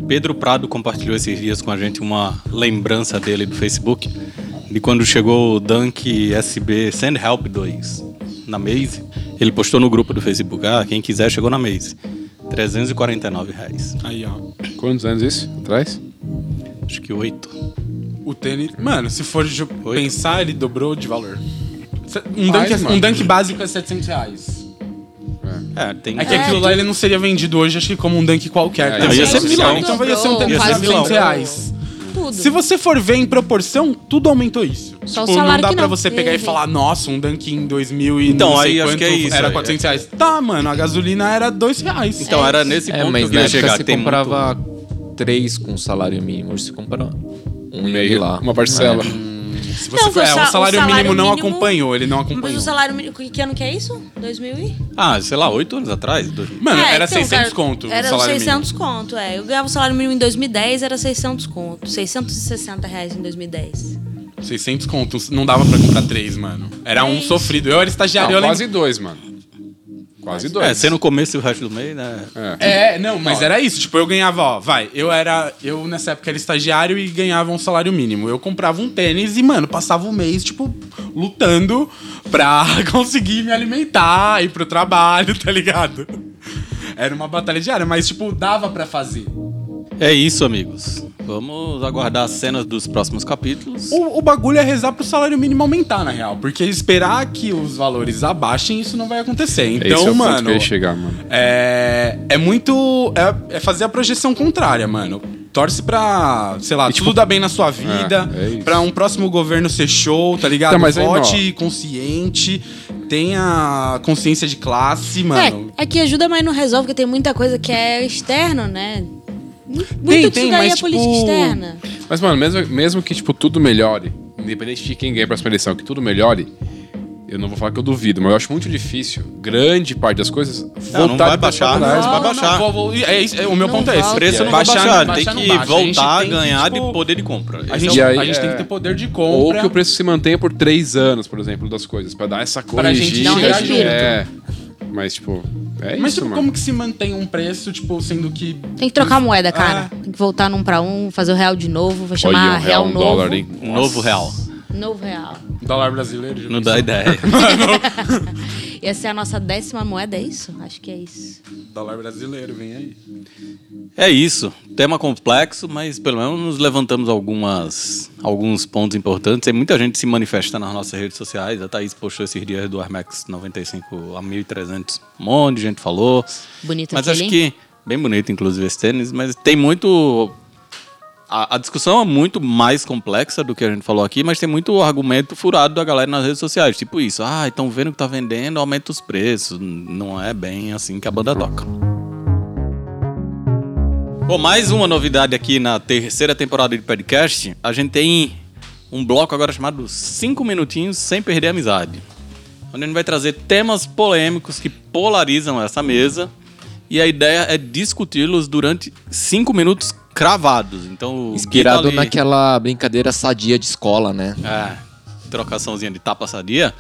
A: Pedro Prado compartilhou esses dias com a gente uma lembrança dele do Facebook de quando chegou o Dunk SB Send Help 2 na Maze. Ele postou no grupo do Facebook: Ah, quem quiser chegou na Maze. R$ 349 reais.
D: Aí, ó.
B: Quantos anos é isso? Atrás?
A: Acho que oito.
D: O tênis. Mano, se for ju-
A: Oi?
D: pensar, ele dobrou de valor. Se- Um
B: Faz,
D: dunk,
B: mano.
D: um dunk básico é 700 reais.
B: É.
A: É, tem
D: É que aquilo lá ele não seria vendido hoje, acho que como um dunk qualquer.
B: É,
D: tá?
A: não, ia ser
D: Então,
A: milão.
D: Então ia ser um tênis
A: Ia
D: de
A: ser
D: 400
A: milão.
D: reais.
C: Tudo.
D: Se você for ver em proporção, tudo aumentou isso.
C: Só o
D: tipo, não
C: salário
D: dá
C: que
D: pra
C: não
D: você pegar e
C: teve.
D: falar, nossa, um Dunk em 2000 e
A: Então,
D: não sei
A: aí acho
D: quanto
A: que é isso
D: era
A: aí,
D: 400 reais. Tá, mano, a gasolina era 2 reais.
A: Então era nesse
E: É,
A: ponto
E: mas
A: que eu
E: na
A: ia
E: época
A: chegar.
E: se
A: Tem muito...
E: comprava três com salário mínimo, hoje se compra um meio lá.
B: Uma parcela.
D: Se você
C: Não,
D: for,
C: o
D: é, o
C: sa-
D: salário,
C: o salário
D: mínimo não
C: mínimo-
D: acompanhou, ele não
C: Mas o
D: acompanhou.
C: salário mínimo. Que que ano que é isso? 2000 e.
A: Ah, sei lá, oito anos atrás? dois-
D: Mano,
C: É,
D: era
C: então,
D: 600
C: cara,
D: conto
C: Era
D: o salário
C: 600 conto, é. Eu ganhava o salário mínimo em 2010, era 600 conto. 660 reais em 2010.
D: mínimo. 600 conto, não dava pra comprar 3, mano. Era um
C: Três.
D: sofrido. Eu era
B: Não,
D: estagiário, eu lembro-
B: quase dois, mano. Quase dois.
A: É, sendo o começo e o resto do mês, né?
D: É, não, mas era isso. Tipo, eu ganhava, ó, vai. Eu era. Eu nessa época era estagiário e ganhava um salário mínimo. Eu comprava um tênis e, mano, passava o mês, tipo, lutando pra conseguir me alimentar, ir pro trabalho, tá ligado? Era uma batalha diária, mas, tipo, dava pra fazer.
A: É isso, amigos. Vamos aguardar as cenas dos próximos capítulos.
D: O, o bagulho é rezar pro salário mínimo aumentar, na real. Porque esperar que os valores abaixem, isso não vai acontecer.
B: Esse
D: Então,
B: é o ponto
D: mano.
B: que eu ia chegar, mano.
D: É, é muito. É, é fazer a projeção contrária, mano. Torce pra, sei lá, tudo dar bem na sua vida,
B: é isso.
D: pra um próximo governo ser show, tá ligado?
B: Tá, mas aí,
D: Vote consciente, tenha consciência de classe, mano.
C: É, é que ajuda, mas não resolve, porque tem muita coisa que é externo, né? Muito
D: Tem,
C: disso
D: tem,
C: daí
D: mas,
C: é política
D: tipo,
C: externa.
B: Mas, mano, mesmo, mesmo que, tipo, tudo melhore, independente de quem ganha a próxima eleição, que tudo melhore, eu não vou falar que eu duvido, mas eu acho muito difícil, grande parte das coisas,
A: Não, não
B: voltar
A: vai
B: pra
A: baixar,
B: trás.
A: não vai baixar.
D: vou- vou- é isso, é- o meu
C: Não
D: ponto é esse.
C: volta.
A: O preço não vai
D: Baixar
A: baixar,
D: não-
A: tem
D: baixar não
A: que
D: baixa. A gente
A: voltar a
D: tem que,
A: ganhar
D: tipo,
A: de poder de compra.
D: A
A: Esse
D: gente,
B: E
A: é o-
B: aí,
D: a gente
B: é.
D: tem que ter poder de compra.
B: Ou que o preço se mantenha por três anos, por exemplo, das coisas, pra dar essa
D: Pra gente
B: corrigida.
C: dar um
B: de-
C: respiro.
B: é, mas, tipo, é
D: Mas,
B: isso,
D: tipo,
B: mano.
D: como que se mantém um preço, tipo, sendo que.
C: Tem que trocar a moeda, cara.
D: Ah.
C: Tem que voltar num pra um, fazer o real de novo, vai
B: Olha,
C: chamar
B: um real,
C: real,
B: um
C: novo.
B: dólar, hein?
A: Um novo real.
C: Novo real.
D: Dólar brasileiro. já
A: Não dá ideia.
C: E essa é a nossa décima moeda, é isso? Acho que é isso.
D: Dólar brasileiro, vem aí.
A: É isso. Tema complexo, mas pelo menos nos levantamos algumas, alguns pontos importantes. Tem muita gente se manifesta nas nossas redes sociais. A Thaís postou esses dias do Armax 95 a 1.300. Um monte de gente falou.
C: Bonito
A: Mas
C: aquele,
A: acho que... Bem bonito, inclusive, esse tênis. Mas tem muito... A, a discussão é muito mais complexa do que a gente falou aqui, mas tem muito argumento furado da galera nas redes sociais. Tipo isso. Ah, estão vendo que tá vendendo, aumenta os preços. Não é bem assim que a banda toca. Bom, mais uma novidade aqui na terceira temporada de podcast. A gente tem um bloco agora chamado 5 minutinhos sem perder a amizade. Onde a gente vai trazer temas polêmicos que polarizam essa mesa. E a ideia é discuti-los durante 5 minutos cravados. Então, o Gui tá
E: Inspirado
A: ali-
E: naquela brincadeira sadia de escola, né?
A: é, trocaçãozinha de tapa sadia.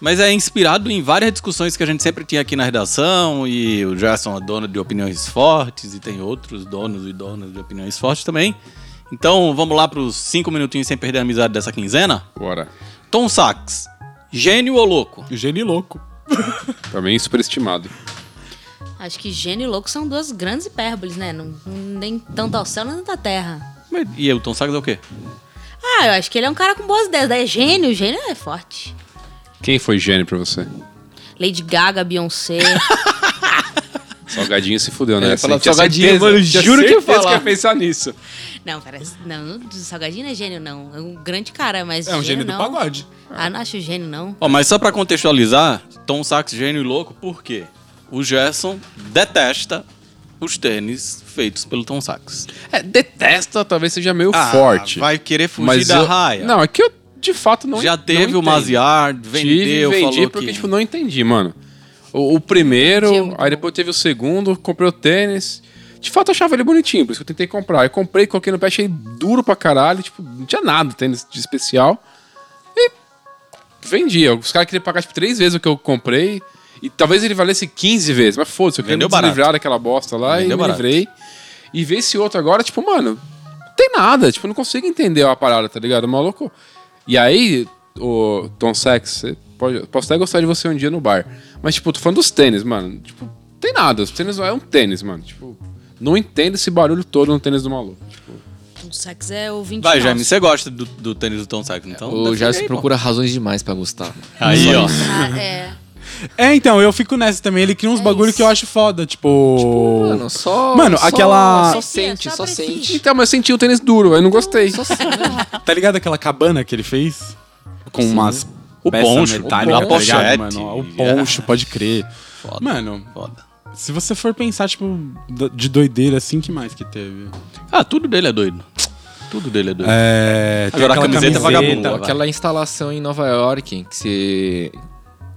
A: Mas é inspirado em várias discussões que a gente sempre tinha aqui na redação, e o Gerson é dono de opiniões fortes, e tem outros donos e donas de opiniões fortes também. Então vamos lá para os cinco minutinhos sem perder a amizade dessa quinzena.
B: Bora.
A: Tom Sachs, gênio ou louco?
D: Gênio louco.
B: Pra mim, superestimado.
C: Acho que gênio e louco são duas grandes hipérboles, né? Não, não- nem tanto ao céu nem tanto à terra.
A: Mas- E o Tom Sachs é o quê?
C: Ah, eu acho que ele é um cara com boas ideias. Daí é gênio, gênio é forte.
B: Quem foi gênio pra você?
C: Lady Gaga, Beyoncé.
B: Salgadinho se fudeu,
E: Eu
B: né?
E: ia falar do
B: tinha
E: Salgadinho,
B: certeza-
E: mano,
B: tinha
E: juro que eu ia
B: certeza
E: falar.
B: ia pensar nisso.
C: não, cara, não, o Salgadinho não é gênio, não. É um grande cara, mas.
D: É um gênio do
C: não.
D: pagode.
C: Ah, não acho gênio, não.
A: Ó, mas só para contextualizar, Tom Sachs, gênio e louco, por quê? O Gerson detesta os tênis feitos pelo Tom Sachs.
B: É, detesta, talvez seja meio forte.
A: Ah, Vai querer fugir
B: mas
A: da
B: eu-
A: raia.
B: Não, é que eu de fato não
A: Já
B: en-
A: teve
B: não
A: o Maziar, vendeu,
B: Tive, vendi
A: falou
B: porque,
A: que...
B: tipo, não entendi, mano. O, o primeiro,
C: Tinha muito
B: aí depois teve o segundo, comprei o tênis. De fato, eu achava ele bonitinho, por isso que eu tentei comprar. Eu comprei, coloquei no pé, achei duro pra caralho. Tipo, não tinha nada tênis de especial. E vendi. Os caras queriam pagar, tipo, três vezes o que eu comprei. E talvez ele valesse 15 vezes, mas foda-se, eu queria me
A: Vendeu barato.
B: livrar daquela bosta lá
A: Vendeu
B: e me
A: barato.
B: livrei. E ver esse outro agora, tipo, mano, não tem nada. Tipo, eu não consigo entender a parada, tá ligado? Maluco. E aí, o Tom Sex, você pode, eu posso até gostar de você um dia no bar. Mas, tipo, tô falando dos tênis, mano. Tipo, não tem nada. Os tênis é um tênis, mano. Tipo, não entendo esse barulho todo no tênis do maluco. Tipo,
C: O Sax é o 29.
A: Vai, Jaime, você gosta do, do tênis do Tom Sachs, então...
E: O
A: defende
E: Gerson
A: aí, pô.
E: procura razões demais pra gostar.
A: Aí, ó.
C: Ah, é.
D: É, então, eu fico nessa também. Ele cria uns
C: É
D: bagulho
C: isso.
D: que eu acho foda, tipo.
E: Mano, Ah, só.
D: Mano,
E: só-
D: aquela-
E: Só sente, só,
C: Só aprecia.
E: sente.
B: Então, mas eu senti o tênis duro, aí não gostei.
D: Tá ligado aquela cabana que ele fez? Com umas.
A: O
D: peça
A: poncho,
D: metálica,
A: a
D: tá ligado,
A: pochete.
D: mano? O poncho, pode crer.
A: Foda.
D: Mano,
A: Foda.
D: se você for pensar, tipo, do- de doideira assim, que mais que teve?
A: Ah, tudo dele é doido. Tudo dele é doido.
D: É.
A: Agora, a camiseta é vagabunda. Vai.
E: Aquela instalação em Nova York, que se.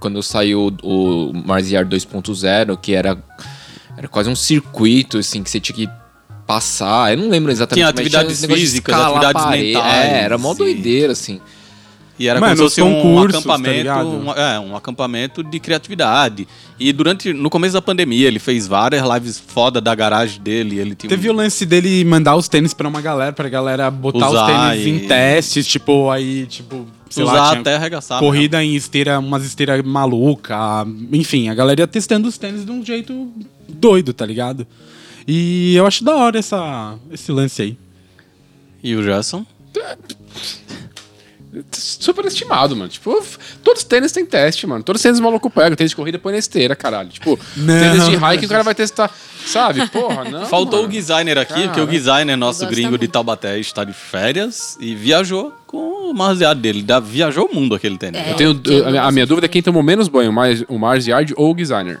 E: Quando saiu o Mars Yard 2.0, que era, era quase um circuito, assim, que você tinha que passar. Eu não lembro exatamente.
A: Tinha
E: mas
A: atividades
E: esse negócio de
A: físicas,
E: escalar a
A: atividades
E: parede.
A: mentais,
E: É, era mó
A: e-
E: doideira, assim.
A: E era
D: Mano,
A: como
D: os
A: se fosse um
D: concursos, tá
A: acampamento,
D: ligado?
A: um, é, um acampamento de criatividade. E durante no começo da pandemia ele fez várias lives foda da garagem dele, ele tinha
D: Teve
A: um-
D: o lance dele mandar os tênis pra uma galera, pra galera botar
A: Usar
D: os tênis
A: e-
D: em testes, tipo, aí, tipo, sei
A: usar
D: lá, tinha
A: até arregaçar. né?
D: corrida em esteira, umas esteiras maluca, enfim, a galera ia testando os tênis de um jeito doido, tá ligado? E eu acho da hora essa, esse lance aí.
A: né? E o Gerson?
B: Superestimado, mano. Tipo, f- todos os tênis tem teste, mano. Todos os tênis maluco pega. Tênis de corrida põe na esteira, caralho. Tipo,
D: Não.
B: tênis de hike o cara vai testar. Sabe? Porra, não.
A: Faltou o
B: mano.
A: designer aqui, porque o designer nosso
C: gosto
A: gringo de
C: muito.
A: Taubaté está de férias e viajou com o marzeado dele. Da, viajou o mundo aquele tênis.
C: É.
B: Eu tenho, eu- a minha dúvida é quem tomou menos banho, mais, o Mars Yard ou o designer.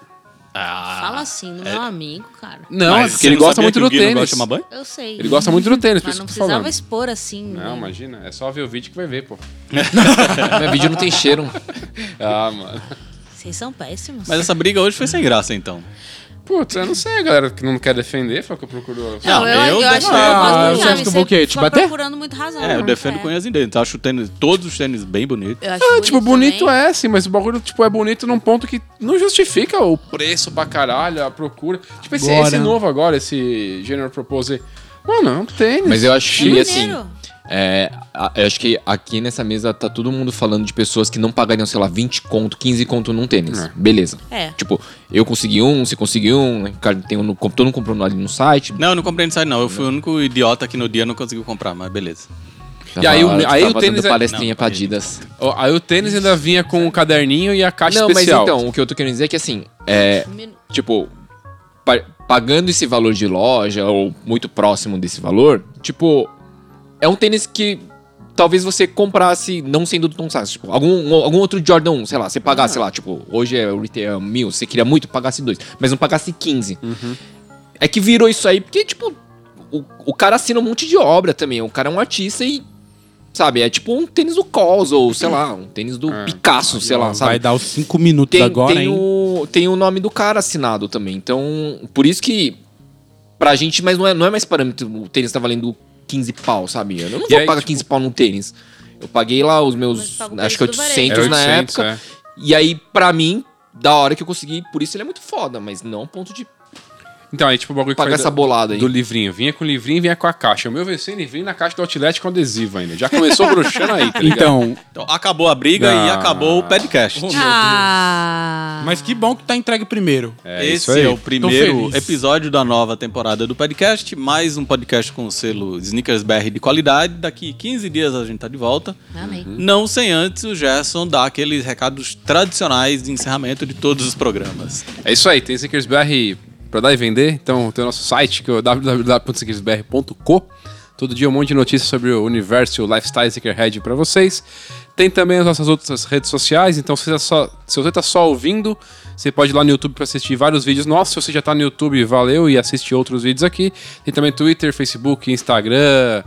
A: Ah,
C: Fala assim do meu amigo, cara.
B: Não,
A: mas
B: porque
A: você
B: ele
A: não
B: gosta
A: sabia
B: muito
A: que
B: do
A: o Gui não gosta
B: tênis.
A: de tomar banho?
C: Eu sei.
B: Ele gosta muito do tênis, por
C: Mas
B: isso
C: não
B: que eu tô
C: precisava
B: falando.
C: expor assim.
B: Não,
C: né?
B: imagina. É só ver o vídeo que vai ver, pô.
E: Meu vídeo não tem cheiro.
B: Ah, mano.
C: Vocês são péssimos.
A: Mas assim, essa briga hoje foi sem graça, então.
B: Putz, eu não sei, a galera que não quer defender, foi o que eu procuro.
A: Não, eu
C: eu, acho que
A: defendo.
C: eu gosto
D: Ah,
C: do
D: você
C: Jaime,
D: acha que eu vou o quê? Te
C: foi
D: bater?
C: procurando muito razão.
A: É, eu
C: né?
A: defendo com unhas e dedos. Acho o tênis, todos os tênis bem bonitos.
C: Eu acho
B: Ah, tipo, bonito
C: também.
B: é, sim, mas o bagulho tipo, é bonito num ponto que não justifica o preço pra caralho, a procura. Tipo, esse,
D: Agora-
B: esse novo agora, esse General Propose. Mano, é um tênis.
E: Mas eu acho que,
C: É
E: assim.
C: maneiro.
E: é, a- eu acho que aqui nessa mesa tá todo mundo falando de pessoas que não pagariam, sei lá, 20 conto, 15 conto num tênis.
B: É.
E: Beleza.
C: É.
E: Tipo, eu consegui um, você conseguiu um, né? cara tem um, no- todo mundo comprou ali no site.
A: Não, eu não comprei no site, não. Eu fui o único idiota que no dia não conseguiu comprar, mas beleza.
E: Tava-
B: aí o- aí
E: tava
B: o tênis
E: dando
B: é-
E: palestrinha
A: Não,
E: pra
A: aí-
E: Adidas.
B: Ó, Aí o tênis ainda vinha com o caderninho e a caixa
E: Não,
B: especial.
E: mas então, o que eu tô querendo dizer é que assim, é, tipo, pa- pagando esse valor de loja ou muito próximo desse valor, tipo, é um tênis que talvez você comprasse não sendo do Tom Sachs, tipo, algum, algum outro Jordan 1, sei lá, você pagasse, sei lá, tipo, hoje é o retail mil, você queria muito, pagasse dois, mas não pagasse 15. É que virou isso aí porque, tipo, o, o cara assina um monte de obra também, o cara é um artista e, sabe, é tipo um tênis do Cos ou, sei lá, um tênis do
B: É.
E: Picasso, sei lá, sabe?
D: Vai dar os cinco minutos
E: tem,
D: agora,
E: tem
D: hein?
E: O, tem o nome do cara assinado também. Então, por isso que pra gente, mas não é, não é mais parâmetro. O tênis tá valendo 15 pau, sabe? Eu não vou
B: aí,
E: pagar
B: tipo-
E: 15 pau num tênis. Eu paguei lá os
C: Mas
E: meus,
C: paga o
E: acho que
C: preço do
E: 800
C: varejo.
E: na
B: É, 800,
E: época.
B: é.
E: E aí, pra mim, da hora que eu consegui, por isso ele é muito foda, mas não ao ponto de
B: Então, aí tipo o bagulho que
E: pagar
B: faz
E: essa bolada aí.
B: do livrinho. Vinha com o livrinho e vinha com a caixa. O meu veio sem livrinho na caixa do Outlet com adesivo ainda. Já começou bruxando aí, tá ligado?
D: Então,
A: Então, acabou a briga e
B: Ah.
A: acabou o podcast.
C: Ah.
D: mas que bom que tá entregue primeiro.
B: É isso
A: Esse
B: aí.
A: é o primeiro
D: feliz.
A: episódio da nova temporada do podcast, mais um podcast com o selo Sneakers BR de qualidade. Daqui 15 dias a gente tá de volta.
C: Amém.
A: Não sem antes o Gerson dar aqueles recados tradicionais de encerramento de todos os programas.
B: É isso aí, tem Sneakers BR pra dar e vender. Então tem o nosso site que é o www.sneakersbr.co. Todo dia um monte de notícias sobre o universo e o lifestyle Sneakerhead pra vocês. Tem também as nossas outras redes sociais. Então se você, tá só, se você tá só ouvindo, você pode ir lá no YouTube pra assistir vários vídeos nossos. Se você já tá no YouTube, valeu e assiste outros vídeos aqui. Tem também Twitter, Facebook, Instagram.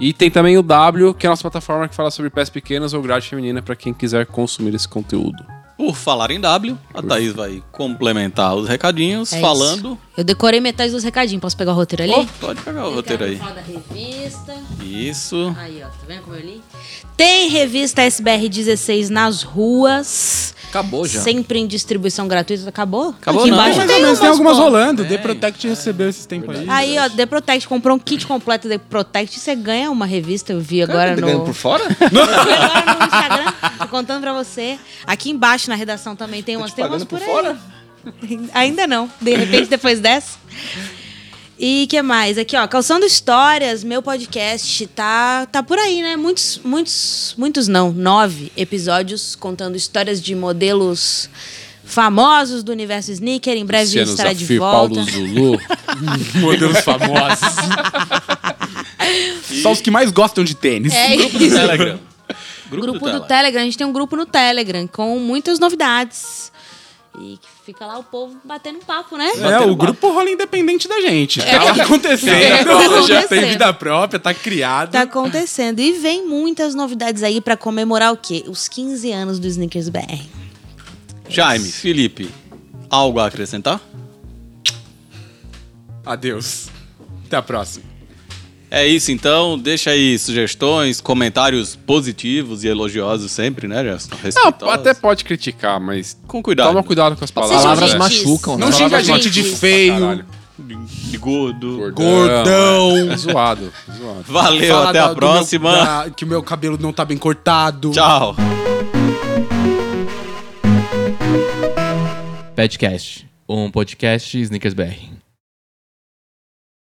B: E tem também o W, que é a nossa plataforma que fala sobre pés pequenas ou grade feminina pra quem quiser consumir esse conteúdo.
A: Por falar em W, a Thaís vai complementar os recadinhos
C: É isso.
A: falando.
C: Eu decorei metade dos recadinhos. Posso pegar o roteiro ali?
A: Oh, pode pegar o roteiro aí.
C: Recado da revista.
A: Isso.
C: Aí, ó, tá vendo como eu li? Tem revista SBR16 nas ruas.
E: Acabou já.
C: Sempre em distribuição gratuita. Acabou?
A: Acabou
C: Aqui
A: não. Mas
C: embaixo
D: Mais
C: tem
D: ou menos, tem
C: umas
D: algumas
C: pô.
D: rolando. The Protect recebeu esses tempos aí.
C: Aí, ó, The Protect. Comprou um kit completo The Protect. Você ganha uma revista. Eu vi agora
E: Tá ganhando
C: no...
E: por fora?
C: Eu vi agora no Instagram. Tô contando pra você. Aqui embaixo, na redação, também tem umas. Tem umas
E: Tá pagando
C: por,
E: por
C: aí.
E: fora?
C: Ainda não. De repente, depois dessa. E que mais? Aqui, ó, Calçando Histórias, meu podcast, tá, tá por aí, né? Muitos, muitos, muitos não. Nove episódios contando histórias de modelos famosos do universo sneaker. Em breve
B: Luciano
C: estará de
B: Zafir,
C: volta.
B: Paulo Zulu.
D: Modelos famosos. Só os que mais gostam de tênis.
C: É
A: do
C: isso.
A: Telegram. Grupo,
C: Grupo do Telegram. A gente tem um grupo no Telegram com muitas novidades. E que fica lá o povo batendo papo, né?
D: É, o grupo rola independente da gente. Tá acontecendo.
C: Tá
D: Já tem
C: acontecendo.
D: vida própria, tá criado.
C: Tá acontecendo. E vem muitas novidades aí pra comemorar o quê? Os 15 anos do Sneakers BR.
A: Jaime, Felipe, algo a acrescentar?
D: Adeus. Até a próxima.
A: É isso então, deixa aí sugestões, comentários positivos e elogiosos sempre, né, Gerson?
B: Não,
A: Respeitosos.
B: até pode criticar, mas
A: com cuidado.
B: toma cuidado com as
C: Sejam
B: palavras.
E: Palavras
B: né?
C: gentis.
E: machucam, né?
D: Não xinga a
B: Palavras
D: gente de feio,
B: Caralho.
A: De gordo.
D: gordão.
B: é. Zoado, zoado.
A: Valeu,
D: Fala
A: até
D: da-
A: a
D: do
A: próxima.
D: meu- da- que o meu cabelo não tá bem cortado.
A: Tchau.
E: Podcast, um podcast Sneakers BR.